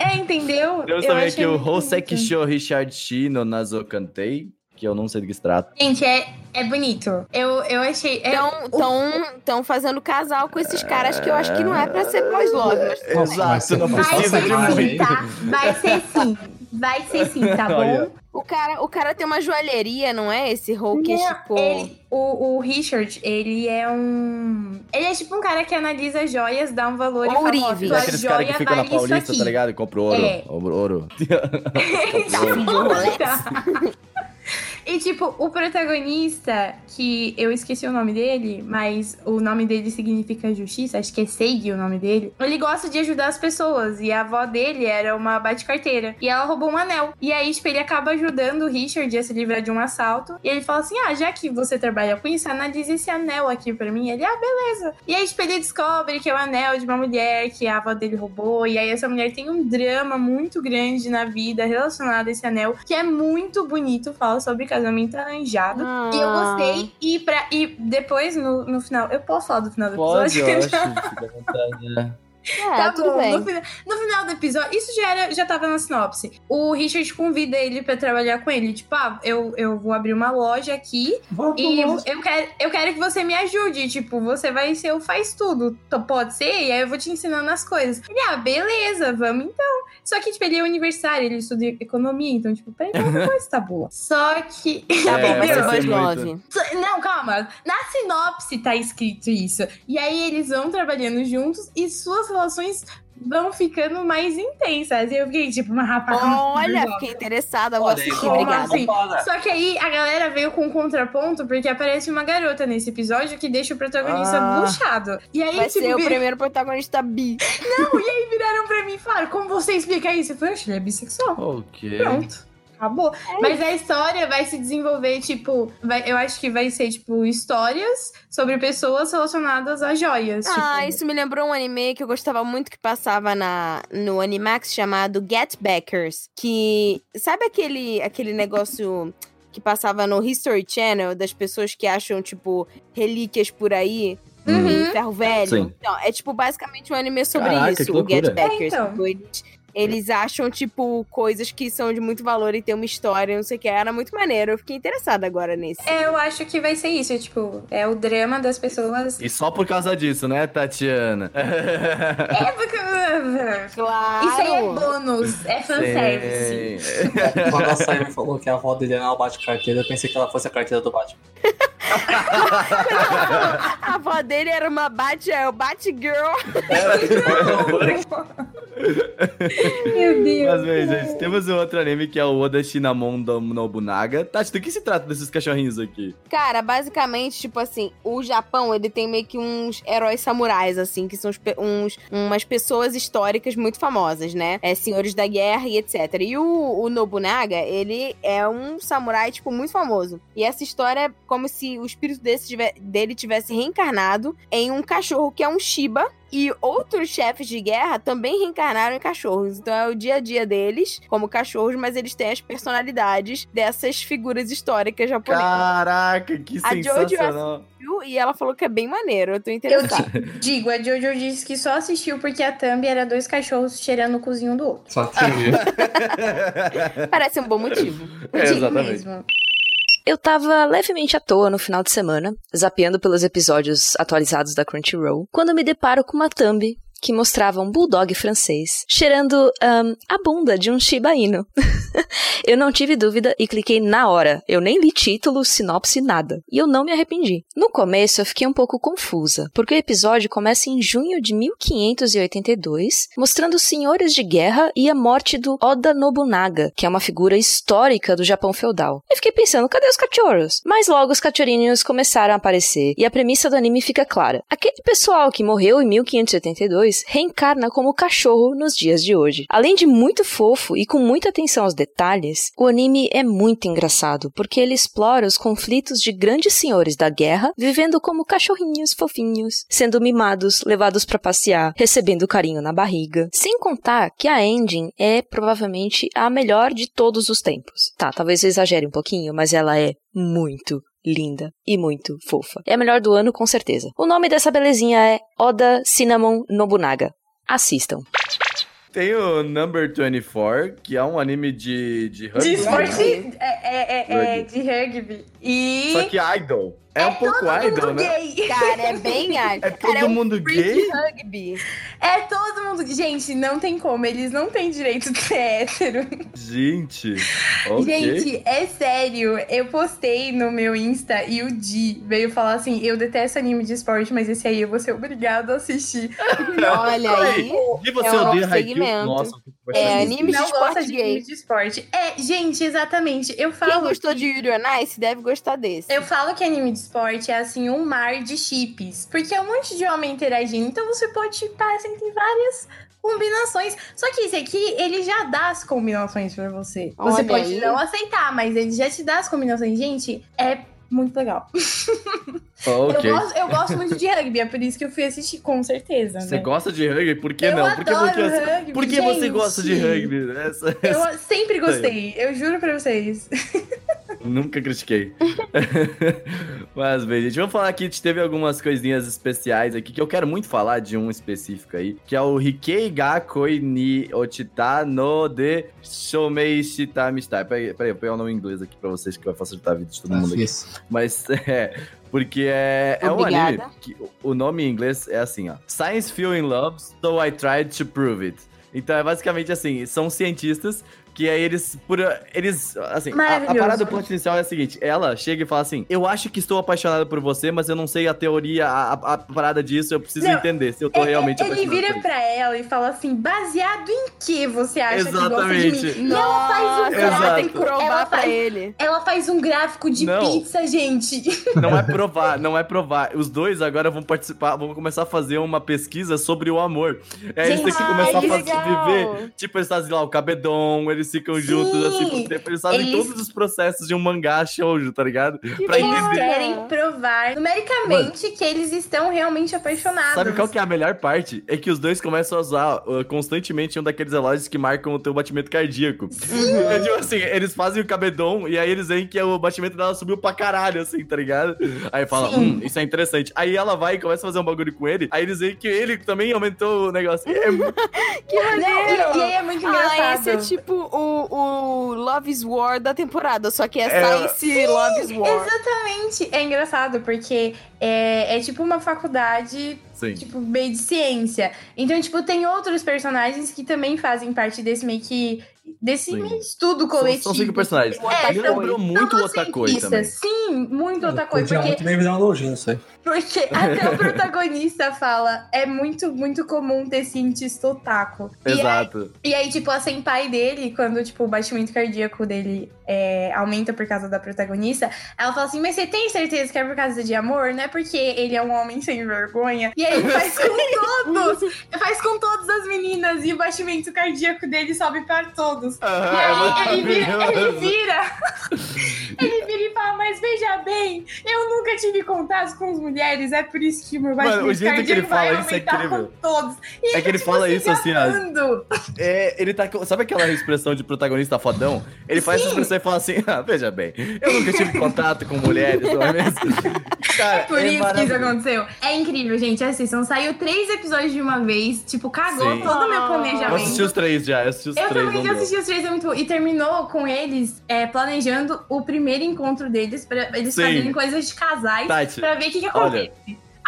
É, entendeu? Temos também achei aqui o muito bonito. Hosekisho Richard Shino Nazokantei, que eu não sei do que se trata. Gente, é, é bonito. Eu, eu achei. é- Então, tão, tão fazendo casal com esses caras que eu acho que não é pra ser pós-love, mas tudo bem. Exato, não um Vai precisa ser de um demais, sim, muito. hein? tá? Vai ser sim. Vai ser sim, tá Olha. bom? O cara, o cara tem uma joalheria, não é? Esse Hulk tipo? Chico. Né, Ele, o, o Richard, ele é um. Ele é tipo um cara que analisa joias, dá um valor Ou e fala, ó, Urive. Aqueles tua caras que joia ficam na vale isso Paulista, aqui. tá ligado? E compra ouro. É. Ouro. ouro. Tá E tipo, o protagonista, que eu esqueci o nome dele, mas o nome dele significa justiça, acho que é Seigi o nome dele. Ele gosta de ajudar as pessoas, e a avó dele era uma bate-carteira. E ela roubou um anel. E aí, tipo, ele acaba ajudando o Richard a se livrar de um assalto. E ele fala assim: Ah, já que você trabalha com isso, analise esse anel aqui pra mim. Ele, ah, beleza. E aí, tipo, ele descobre que é o anel de uma mulher que a avó dele roubou. E aí, essa mulher tem um drama muito grande na vida relacionado a esse anel, que é muito bonito. Fala sobre casamento arranjado. Ah. E eu gostei. E, pra, e depois, no, no final. Eu posso falar do final do Pode, eu episódio? acho. Fica à vontade, né? É, Tá tudo bom, bem. No, fina- no final do episódio, isso já, era, já tava na sinopse. O Richard convida ele pra trabalhar com ele. Tipo, ah, eu, eu vou abrir uma loja aqui Tá e eu, eu quero, eu quero que você me ajude. Tipo, você vai ser o faz tudo. Tô- Pode ser? E aí eu vou te ensinando as coisas. Ele, ah, beleza, vamos então. Só que, tipo, ele é universitário, ele estuda economia, então, tipo, peraí, qualquer coisa tá boa. Só que. Tá É, bom, vai vai ser ser pós-love. Só- Não, calma. Na sinopse tá escrito isso. E aí eles vão trabalhando juntos e suas relações vão ficando mais intensas. E eu fiquei tipo, uma rapaz. Olha, fiquei interessada, vou assistir, obrigada. assim? Tá. Só que aí a galera veio com um contraponto, porque aparece uma garota nesse episódio que deixa o protagonista Ah. buchado. E aí, Vai tipo, ser o vir- primeiro protagonista bi. não, e aí viraram pra mim e falaram: como você explica isso? Eu falei, "Oxe, ele é bissexual. Ok. Pronto. Acabou. É Mas a história vai se desenvolver, tipo, vai- eu acho que vai ser, tipo, histórias sobre pessoas relacionadas a joias. Ah, tipo. isso me lembrou um anime que eu gostava muito que passava na, no Animax chamado Get Backers. Que. Sabe aquele, aquele negócio que passava no History Channel das pessoas que acham, tipo, relíquias por aí? Uhum. E ferro velho. Sim. Então, é tipo basicamente um anime sobre Caraca, que isso, o loucura. Get Backers. tipo, É, então. Eles, eles acham, tipo, coisas que são de muito valor e tem uma história, não sei o que. Era muito maneiro. Eu fiquei interessada agora nesse. É, eu acho que vai ser isso, tipo, é o drama das pessoas. E só por causa disso, né, Tatiana? É porque. Claro! Isso aí é bônus, é fanservice. Sim. Quando a Saimi falou que a avó dele era uma bate-carteira, eu pensei que ela fosse a carteira do Batman. A avó dele era uma Bat, é, o Batgirl. Meu Deus. Mas bem, gente, temos um outro anime que é o Oda Shinamon do Nobunaga. Tati, do que se trata desses cachorrinhos aqui? Cara, basicamente, tipo assim, o Japão, ele tem meio que uns heróis samurais, assim, que são uns, pe- uns- umas pessoas históricas muito famosas, né? É, senhores da guerra e etc. E o, o Nobunaga, ele é um samurai, tipo, muito famoso. E essa história é como se o espírito desse tive- dele tivesse reencarnado em um cachorro que é um Shiba. E outros chefes de guerra também reencarnaram em cachorros. Então é o dia a dia deles, como cachorros, mas eles têm as personalidades dessas figuras históricas japonesas. Caraca, que A Jojo é sensacional. viu, e ela falou que é bem maneiro. Eu tô interessada. Digo, a Jojo disse que só assistiu porque a Thumb era dois cachorros cheirando o cozinho um do outro. Só entendi. Parece um bom motivo. É, Digo exatamente. mesmo. Eu tava levemente à toa no final de semana, zapeando pelos episódios atualizados da Crunchyroll, quando me deparo com uma thumb que mostrava um bulldog francês cheirando ahn, a bunda de um Shiba Inu. eu não tive dúvida e cliquei na hora. Eu nem li título, sinopse, nada. E eu não me arrependi. No começo, eu fiquei um pouco confusa, porque o episódio começa em junho de 1582, mostrando os senhores de guerra e a morte do Oda Nobunaga, que é uma figura histórica do Japão feudal. Eu fiquei pensando, cadê os cachorros? Mas logo os cachorrinhos começaram a aparecer, e a premissa do anime fica clara. Aquele pessoal que morreu em 1582 2 reencarna como cachorro nos dias de hoje. Além de muito fofo e com muita atenção aos detalhes, o anime é muito engraçado, porque ele explora os conflitos de grandes senhores da guerra vivendo como cachorrinhos fofinhos, sendo mimados, levados para passear, recebendo carinho na barriga. Sem contar que a ending é provavelmente a melhor de todos os tempos. Tá, talvez eu exagere um pouquinho, mas ela é muito linda e muito fofa. É a melhor do ano, com certeza. O nome dessa belezinha é Oda Cinnamon Nobunaga. Assistam. Tem o Number 24, que é um anime de, de rugby. De né? esporte. É, é, é, de rugby. E. Só que idol. É, um pouco todo idol, mundo né? gay. Cara, é bem arte. É todo mundo gay. Rugby. É todo mundo. Gente, não tem como. Eles não têm direito de ser hétero. Gente. ok. Gente, é sério. Eu postei no meu Insta e o Di veio falar assim: eu detesto anime de esporte, mas esse aí eu vou ser obrigado a assistir. Olha aí. E você é o odeia nosso Haikyuu? segmento. Nossa, É, anime. anime de não gosta esporte de gay. anime de esporte. É, gente, exatamente. Eu Quem falo gostou de Yuri on Ice deve gostar desse. Eu falo que anime de esporte é assim um mar de chips, porque é um monte de homem interagindo, então você pode chipar, assim, tem várias combinações. Só que esse aqui, ele já dá as combinações pra você. Você Olha pode aí. não aceitar, mas ele já te dá as combinações. Gente, é muito legal. Ok. Eu, gosto, eu gosto muito de rugby, é por isso que eu fui assistir, com certeza. Você né? gosta de rugby? Por que eu não? Por que, adoro por que- rugby, por que você gente. gosta de rugby? Tá Essa, é essa- Eu sempre gostei, eu juro pra vocês. Nunca critiquei. Mas bem, gente, vamos falar aqui. A gente teve algumas coisinhas especiais aqui que eu quero muito falar de um específico aí, que é o Rikei Gakoi ni Ochita no de Shomei Shita Mistai. Peraí, peraí, eu vou pegar o nome em inglês aqui pra vocês que vai facilitar a vida de todo Tá, mundo aqui. Mas é. Porque é, é um Obrigada. anime que o- o nome em inglês é assim, ó. Science Feel in Love, so I tried to prove it. Então é basicamente assim, são cientistas que aí eles por eles assim, a, a Maravilhoso. parada do plot inicial é a seguinte, ela chega e fala assim: "Eu acho que estou apaixonada por você, mas eu não sei a teoria, a, a- a parada disso, eu preciso Não, entender se eu tô É, realmente Ele apaixonada vira por pra ela e fala assim: baseado em que você acha que gosta de mim? Exatamente. E ela faz Nossa, um ela tem que Exato. provar Ela pra faz- ele. Ela faz um gráfico de Não. pizza, gente. Não é provar, não é provar. Os dois agora vão participar, vão começar a fazer uma pesquisa sobre o amor. É, eles têm que Gente, começar a que fazer, legal. viver. Tipo, eles fazem lá o cabedon, eles ficam juntos assim por um tempo. Eles fazem Eles- todos os processos de um mangá shoujo, tá ligado? pra bom. Eles entender. querem provar numericamente que eles estão realmente apaixonados. Sabe qual que é a melhor parte? É que os dois começam a usar uh, constantemente um daqueles relógios que marcam o teu batimento cardíaco. Uhum. É tipo assim, eles fazem o cabedon e aí eles veem que o batimento dela subiu pra caralho, assim, tá ligado? Aí fala, Sim. hum, isso é interessante. Aí ela vai e começa a fazer um bagulho com ele, aí eles veem que ele também aumentou o negócio. É Uhum. muito Que maneiro! Não, e, e aí é muito Ah, engraçado. esse é tipo o, o Love is War da temporada, só que é É. Science Love is War. Exatamente. É engraçado, porque é, é tipo uma faculdade, Sim. tipo, meio de ciência. Então, tipo, tem outros personagens que também fazem parte desse meio que. desse Sim. meio estudo São- coletivo. né? É, São cinco personagens. O Otakoi. Me lembrou muito o São Otakoi cientistas. também. Sim, muito outra coisa. Podia Porque muito bem virar um nojinho isso aí. Porque até o protagonista fala, é muito, muito comum ter cientista otaku. E aí- Exato. E, aí, tipo, a senpai dele, quando tipo, o batimento cardíaco dele é, aumenta por causa da protagonista, ela fala assim, mas você tem certeza que é por causa de amor? Não é porque ele é um homem sem vergonha? E aí ele faz com todos! Faz com todas as meninas e o batimento cardíaco dele sobe para todos. E Aham, aí é ele vira, ele maravilhoso. vira, ele vira e fala, mas veja bem, eu nunca tive contato com as mulheres, é por isso que meu Mano, batimento o jeito que ele cardíaco vai fala isso é aumentar incrível. com todos. E É que ele fala tipo isso assim, ó. ah, Ando. É, ele tá. com- Sabe aquela expressão de protagonista fodão? Ele faz essa expressão e fala assim: ah, veja bem, eu nunca tive contato com mulheres, não é mesmo? Cara, É por isso que isso maravilhoso. aconteceu. É incrível, gente. Assistam. Saiu três episódios de uma vez. Tipo, cagou Sim. todo o Ah. meu Eu assisti planejamento. os três já, eu assisti os Eu três. também não já deu. assisti os três, é muito bom. E terminou com eles é, planejando o primeiro encontro deles pra eles Sim. fazerem coisas de casais Tati, pra ver o que, que acontece. Olha,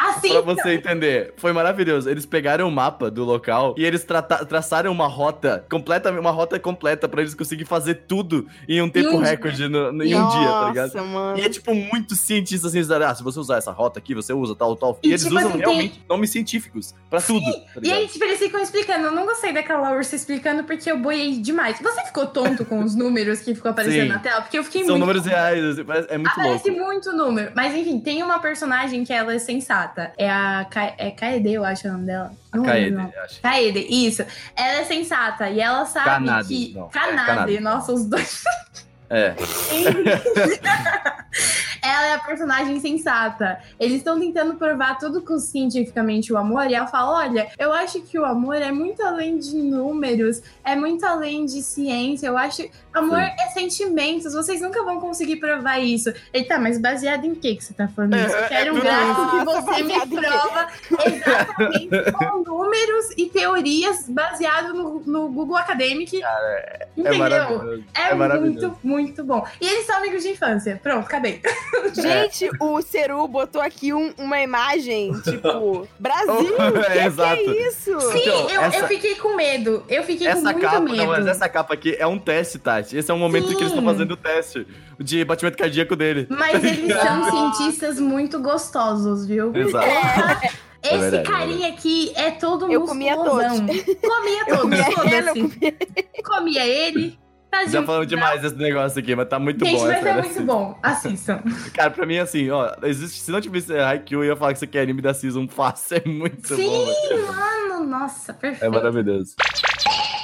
assim, pra você entender, foi maravilhoso. Eles pegaram o mapa do local e eles trata- traçaram uma rota completamente, uma rota completa pra eles conseguirem fazer tudo em um tempo um dia. recorde, no- no- em um dia, tá ligado? Nossa, mano. E é tipo muito cientista assim, eles ah, se você usar essa rota aqui, você usa tal, tal. E, E, eles tipo usam assim, tem- realmente nomes científicos pra tudo. Tá E ligado? aí, tipo, eles ficam explicando. Eu não gostei daquela ursa explicando porque eu boiei demais. Você ficou tonto com os números que ficou aparecendo Sim. na tela? Porque eu fiquei São muito. números reais, assim, mas é muito Aparece louco. muito número. Mas enfim, tem uma personagem que ela é sensata. protagonista é a Ka é Kaede, eu acho o nome dela. Não Kaede, lembro o nome. acho. Kaede, isso. Ela é sensata e ela sabe Kanade, que. não, é Kanade, Kanade. nossa, os dois. É. ela é a personagem sensata. Eles estão tentando provar tudo com cientificamente o amor, e ela fala: olha, eu acho que o amor é muito além de números, é muito além de ciência. Eu acho. Amor Sim. é sentimentos, vocês nunca vão conseguir provar isso. Ele tá, mas baseado em que, que você tá falando isso? Eu É, quero é um tudo gráfico que isso. você me Baseado em quê? prova exatamente com números e teorias baseado no, no Google Academic. É Entendeu? maravilhoso. É, É maravilhoso. muito, muito bom. E eles são amigos de infância. Pronto, acabei. É. Gente, o Ceru botou aqui um- uma imagem, tipo, Brasil, É, que exato. que é isso? Sim, Então, eu, essa- eu fiquei com medo. Eu fiquei com Essa muito capa, medo. não, mas essa capa aqui é um teste, Tati. Esse é um momento que eles estão Sim. fazendo o teste de batimento cardíaco dele. Mas eles são cientistas muito gostosos, viu? É, Exato. Esse É verdade, carinha aqui é todo Eu comia musculosão. Comia todos, comia ele, eu foda-se. Comia ele. Tadinho. Já falamos demais desse negócio aqui, mas tá muito Gente, bom. mas essa, é né? muito bom. Assistam. Cara, pra mim, assim, ó, existe, se não tivesse Haikyuu, eu ia falar que isso aqui é anime da Season fácil. É muito Sim, bom. velho. mano. Nossa, É perfeito. maravilhoso.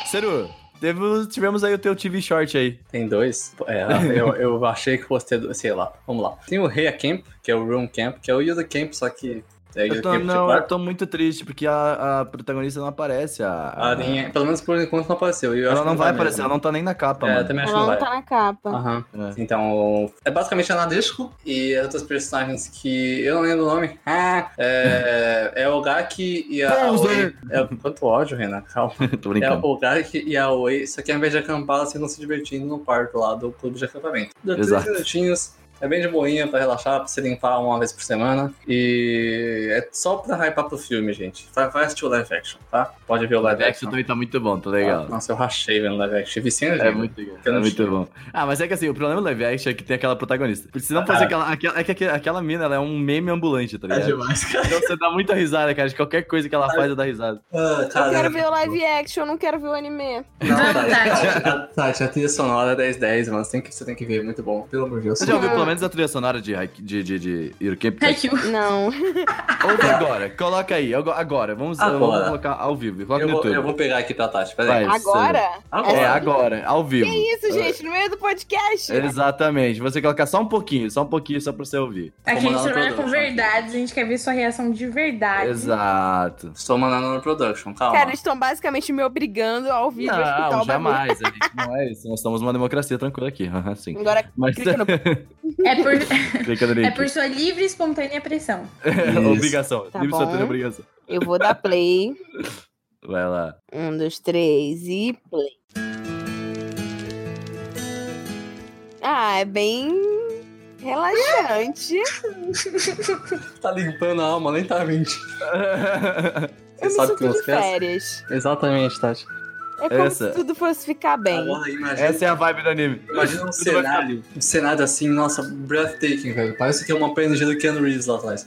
Ceru, teve, tivemos aí o teu TV Short aí. Tem dois. É, eu, eu achei que fosse ter dois, sei lá. Vamos lá. Tem o Rei Camp, que é o Room Camp, que é o Yoda Camp, só que é Eu Yoda tô, Camp de não, eu barco. tô muito triste, porque a, a protagonista não aparece. A, A Arinha, pelo menos por enquanto não apareceu. e Ah, eu acho Ah. Ela que não vai mesmo. aparecer, ela não tá nem na capa, É, eu mano. também acho que Ela não não vai. tá na capa. Aham. É. Então, é basicamente a Nadesco e as outras personagens que eu não lembro o nome. Ah, é, é o Gaki e a. Aoi. É, quanto ódio, Renan, calma. Tô É brincando. o Gaki e a Oi, só que ao invés de acampar, elas estão se divertindo no parque lá do clube de acampamento. Dá três Exato. minutinhos, é bem de boinha pra relaxar, pra se limpar uma vez por semana. E é só pra hypar pro filme, gente. Vai, vai assistir o live action, tá? Pode ver o live É que isso action. também tá muito bom, tá tá? legal. Nossa, eu rachei vendo live action. Vicente, É muito, Eu é não muito sei. bom. Ah, mas é que assim, o problema do live action é que tem aquela protagonista. Porque se não Ah, fosse cara. aquela, aquela. É que aquela, aquela mina, ela é um meme ambulante, tá é ligado? demais, cara. Então você dá muita risada, cara. De qualquer coisa que ela faz, eu dá risada. Ah, Eu cara, quero ver o live action, eu não quero ver o anime. Não, Tati, Tati. Tati, Tati, a trilha sonora é 10-10, mano. Você tem, que, você tem que ver, muito bom. Pelo amor de Deus. Você já ouviu pelo menos a trilha sonora de, Haik- de, de, de Irukemp? Haikyuu. Não. Ouve agora, coloca aí, ago- agora. Vamos, Agora. vamos colocar ao vivo. Coloca Eu no vou, YouTube. eu vou pegar aqui pra Tati, Vai. peraí. Agora? Agora. É, agora, ao vivo. Que isso, gente? No meio do podcast? Exatamente. Você colocar só um pouquinho, só um pouquinho, só pra você ouvir. Aqui a gente Comandado trabalha com né? Production. verdade, a gente quer ver sua reação de verdade. Exato. Estou mandando no production, calma. Cara, eles estão basicamente me obrigando ao ouvir o hospital Não, o bagulho. jamais. A gente não é isso. Nós somos uma democracia tranquila aqui. Aham, Sim. Agora Mas clica no. É por, clica no é link. por sua livre e espontânea pressão. Isso. obrigação. Tá Livre bom. Santana, obrigação. Eu vou dar play. Vai lá. Um, dois, três e play. Ah, é bem relaxante. tá limpando a alma lentamente. Eu me sabe sinto que de música é essa? férias. Exatamente, Tati. É como Essa. se tudo fosse ficar bem. Agora, imagina, Essa é a vibe do anime. imagina um cenário, um cenário assim, nossa, breathtaking, velho. Parece que é uma PNG do Keanu Reeves lá atrás.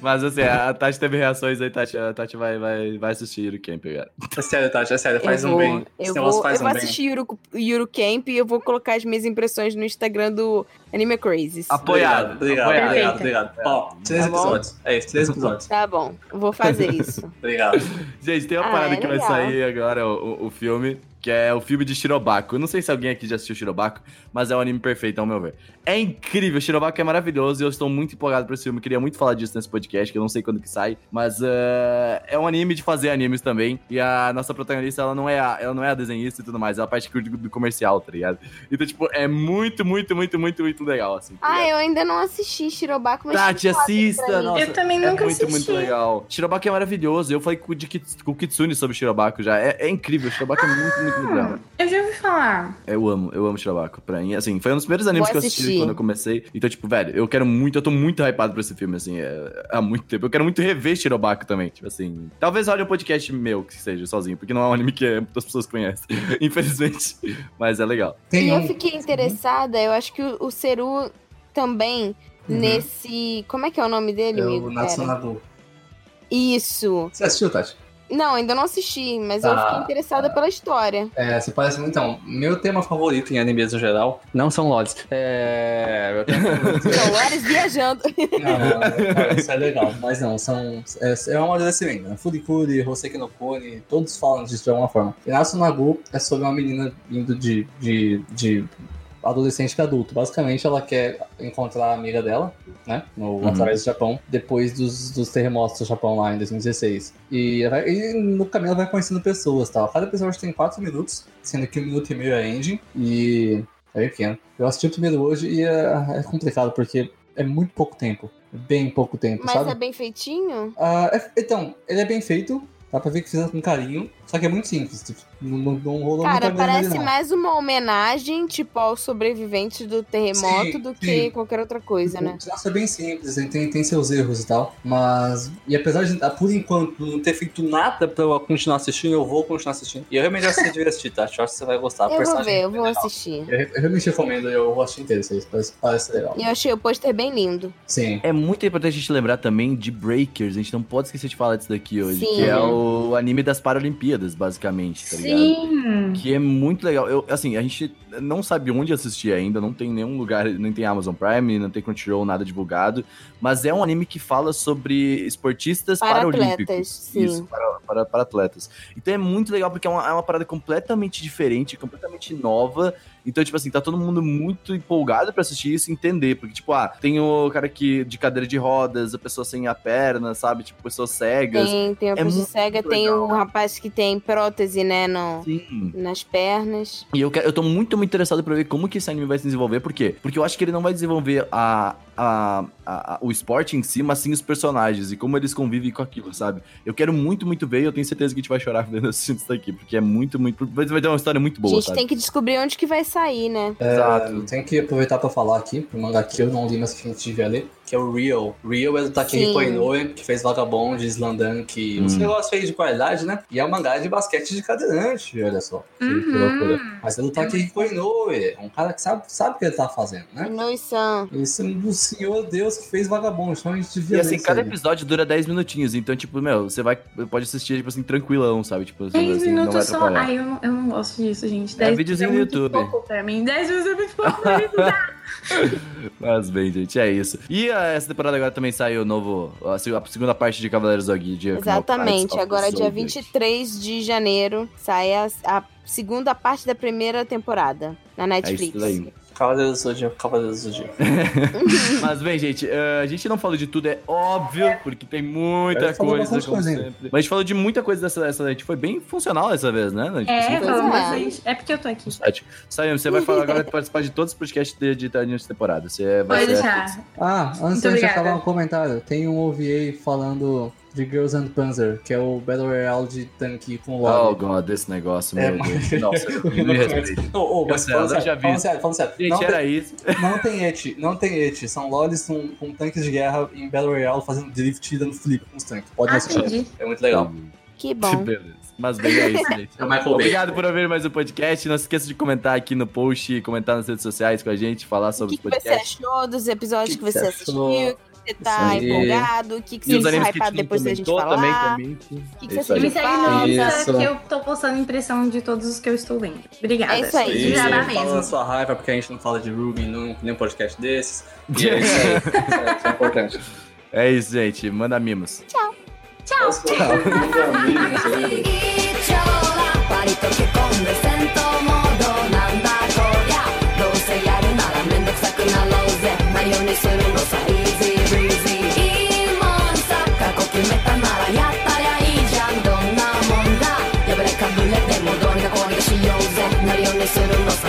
Mas assim, a Tati teve reações aí, Tati. A Tati vai, vai, vai assistir o camp, cara. É sério, Tati, é sério, faz eu um vou, bem. Esse Eu negócio vou, faz eu vou um bem. assistir Yuru, Yuru Camp e eu vou colocar as minhas impressões no Instagram do Anime Crazies. Ah. Apoiado. Obrigado, apoiado. obrigado, Perfeito. obrigado. Ó, três Tá bom? episódios. É isso, três episódios. Tá bom, eu vou fazer isso. Obrigado. Gente, tem uma Ah, parada é que vai legal. sair agora, o, o- o filme, que é o filme de Shirobako. Eu não sei se alguém aqui já assistiu Shirobako, mas é um anime perfeito, ao meu ver. É incrível, Shirobako é maravilhoso e eu estou muito empolgado pra esse filme. Queria muito falar disso nesse podcast, que eu não sei quando que sai, mas eh, é um anime de fazer animes também. E a nossa protagonista, ela não é a, ela não é a desenhista e tudo mais, ela parte do, do comercial, tá ligado? Então, tipo, é muito, muito, muito, muito, muito legal, assim. tá ah, ligado? eu ainda não assisti Shirobako, mas Tati, assista! pra mim. Nossa, eu também é nunca muito, assisti. muito legal. Shirobako é maravilhoso. Eu falei com o, de Kits- com o Kitsune sobre Shirobako já. É, é incrível. Shirobako é muito, muito, muito legal. Eu já ouvi falar. Eu amo, eu amo Shirobako. Pra mim, assim, foi um dos primeiros animes Vou que eu assisti assistir. quando eu comecei. Então, tipo, velho, eu quero muito, eu tô muito hypado pra esse filme, assim, é- há muito tempo. Eu quero muito rever Shirobako também. Tipo assim, talvez olhe um podcast meu que seja sozinho, porque não é um anime que as pessoas conhecem, infelizmente. Mas é legal. E Tem eu um. fiquei interessada, eu acho que o, o Seru também Uhum. nesse. Como é que é o nome dele, É amigo? o Pera. Natsunabu. Isso. Você assistiu, Tati? Não, ainda não assisti, mas eu Tá. fiquei interessada pela história. É, você parece muito. Então, meu tema favorito em animes no geral não são LOLs. É. Meu tema favorito. Dolores viajando. Não, cara, isso é legal, mas não, são. É, é uma agradecimento. Né? Furikuri, Hoseki no Kone, todos falam disso de alguma forma. Inasu Nagu é sobre uma menina indo de. de, de adolescente para adulto. Basicamente, ela quer encontrar a amiga dela, né? No, Uhum. Através do Japão, depois dos, dos terremotos do Japão lá em 2016. E, ela vai- e no caminho ela vai conhecendo pessoas tal. Cada episódio tem 4 minutos, sendo que um minuto e meio é ending. E é bem pequeno. Eu assisti o primeiro hoje e é, é complicado, porque é muito pouco tempo. É Bem pouco tempo, Mas sabe? é bem feitinho? Ah, é- então, ele é bem feito, dá pra ver que fizeram com carinho, só que é muito simples, tipo, não, não, não rolou Cara, muita parece originalidade. mais uma homenagem, tipo, aos sobreviventes do terremoto Sim, do sim. que qualquer outra coisa, né? O traço é bem simples, ele tem, tem seus erros e tal. Mas. E apesar de, ah, por enquanto, não ter feito nada pra eu continuar assistindo, eu vou continuar assistindo. E eu realmente acho que você deveria assistir, tá? Acho que você vai gostar. O Eu vou personagem- é ver, eu vou assistir. Eu, re- eu realmente recomendo, eu acho interessante, parece, parece legal. E eu achei o pôster bem lindo. Sim. É muito importante a gente lembrar também de Breakers. A gente não pode esquecer de falar disso daqui hoje. Sim. Que é o anime das Paralimpíadas, basicamente, tá ligado? Sim. Que é muito legal. Eu, assim, a gente não sabe onde assistir ainda, não tem nenhum lugar, não tem Amazon Prime, não tem Crunchyroll, nada divulgado. Mas é um anime que fala sobre esportistas Para paralímpicos. atletas, sim. Isso, para, para, para atletas. Então é muito legal porque é uma, é uma parada completamente diferente, completamente nova. Então, tipo assim, tá todo mundo muito empolgado pra assistir isso e entender. Porque, tipo, ah, tem o cara que de cadeira de rodas, a pessoa sem a perna, sabe? Tipo, pessoas cegas. Tem, tem a é pessoa muito cega, tem o rapaz que tem prótese, né, no, Sim. nas pernas. E eu, quero, eu tô muito, muito interessado pra ver como que esse anime vai se desenvolver. Por quê? Porque eu acho que ele não vai desenvolver a, a, a- a- o esporte em si, mas sim os personagens e como eles convivem com aquilo, sabe? Eu quero muito, muito ver e eu tenho certeza que a gente vai chorar vendo assistindo isso daqui, porque é muito, muito. Vai vai ter uma história muito boa, a gente sabe? tem que descobrir onde que vai sair, né? tá É, Tem que aproveitar pra falar aqui, pro mangá que eu não li, mas que a gente devia ler, que é o Real. Real é do Sim. Takehiko Inoue, que fez Vagabond, Slandan, que Hum. uns negócios feios de qualidade, né? E é um mangá de basquete de cadeirante, olha só. Que, Uhum. que loucura. Mas é do Takehiko Inoue, um cara que sabe, sabe o que ele tá fazendo, né? Noisan. Esse é um do Senhor Deus que fez Vagabond, então a gente E devia ler assim, isso cada aí. episódio dura 10 minutinhos, então, tipo, meu, você vai. Pode assistir, tipo assim, tranquilão, sabe? Tipo, assim, 10 não vai minutos é só. atrapalhar. Ai, eu não, eu não gosto disso, gente. É 10 videozinho no minutos é muito YouTube. pouco pra mim. 10 minutos é muito pouco pra mim. Mas bem, gente, é isso. E ah, essa temporada agora também saiu o novo. A se- a segunda parte de Cavaleiros do Zodíaco. Exatamente. Knights of Agora, é the dia Zodiac. 23 de janeiro, sai a, a segunda parte da primeira temporada É na É Netflix. Cavaleiro do Zodíaco, Cavaleiro do Zodíaco. Mas bem, gente, eh, a gente não falou de tudo, é óbvio, porque tem muita falou coisa. bastante como coisa ainda. sempre. Mas a gente falou de muita coisa dessa, dessa. A gente foi bem funcional dessa vez, né? A gente É, conseguiu fazer falando um bastante. É porque eu tô aqui. site. Sayumi, você vai falar agora de participar de todos os podcasts de, de, de, de temporada. Você vai Pode ser- deixar. Ah, antes Muito da gente obrigada. acabar um comentário, tem um OVA falando de Girls and Panzer, que é o Battle Royale de tanque com LoL. Oh, God, esse negócio, É, meu Deus. mas- Nossa, me respeita. Ô, ô, mas Cancela, falando eu já sério, vi falando isso. sério, falando sério. Gente, não era tem, isso. Não tem et, não tem et. São lolis com, com tanques de guerra em Battle Royale fazendo drift e dando flip com os tanques. Pode Ah, assistir. entendi. É muito legal. Que bom. Beleza. Mas bem, é isso, gente. É o Michael Bay. Obrigado por ouvir mais um podcast. Não se esqueça de comentar aqui no post, comentar nas redes sociais com a gente, falar O sobre os que, que você podcasts. achou dos episódios que, você você assistiu? achou? O que você tá Isso aí. empolgado? O que, que E os você animes está que a gente hypado não depois da gente comentou falar? também, também. O que, que você É isso aí. Me segue no Isso. Insta, que eu tô postando impressão de todos os que eu estou lendo. Obrigada. É isso aí. De nada Isso, mesmo. Fala sua raiva, porque a gente não fala de Ruby em nenhum podcast desses. E é isso aí. Isso é importante. É isso, gente. Manda mimos. Tchau. 「どんなもんだ」「破れかぶれてもどうにかこうにかしようぜ」「なるようにするのさ」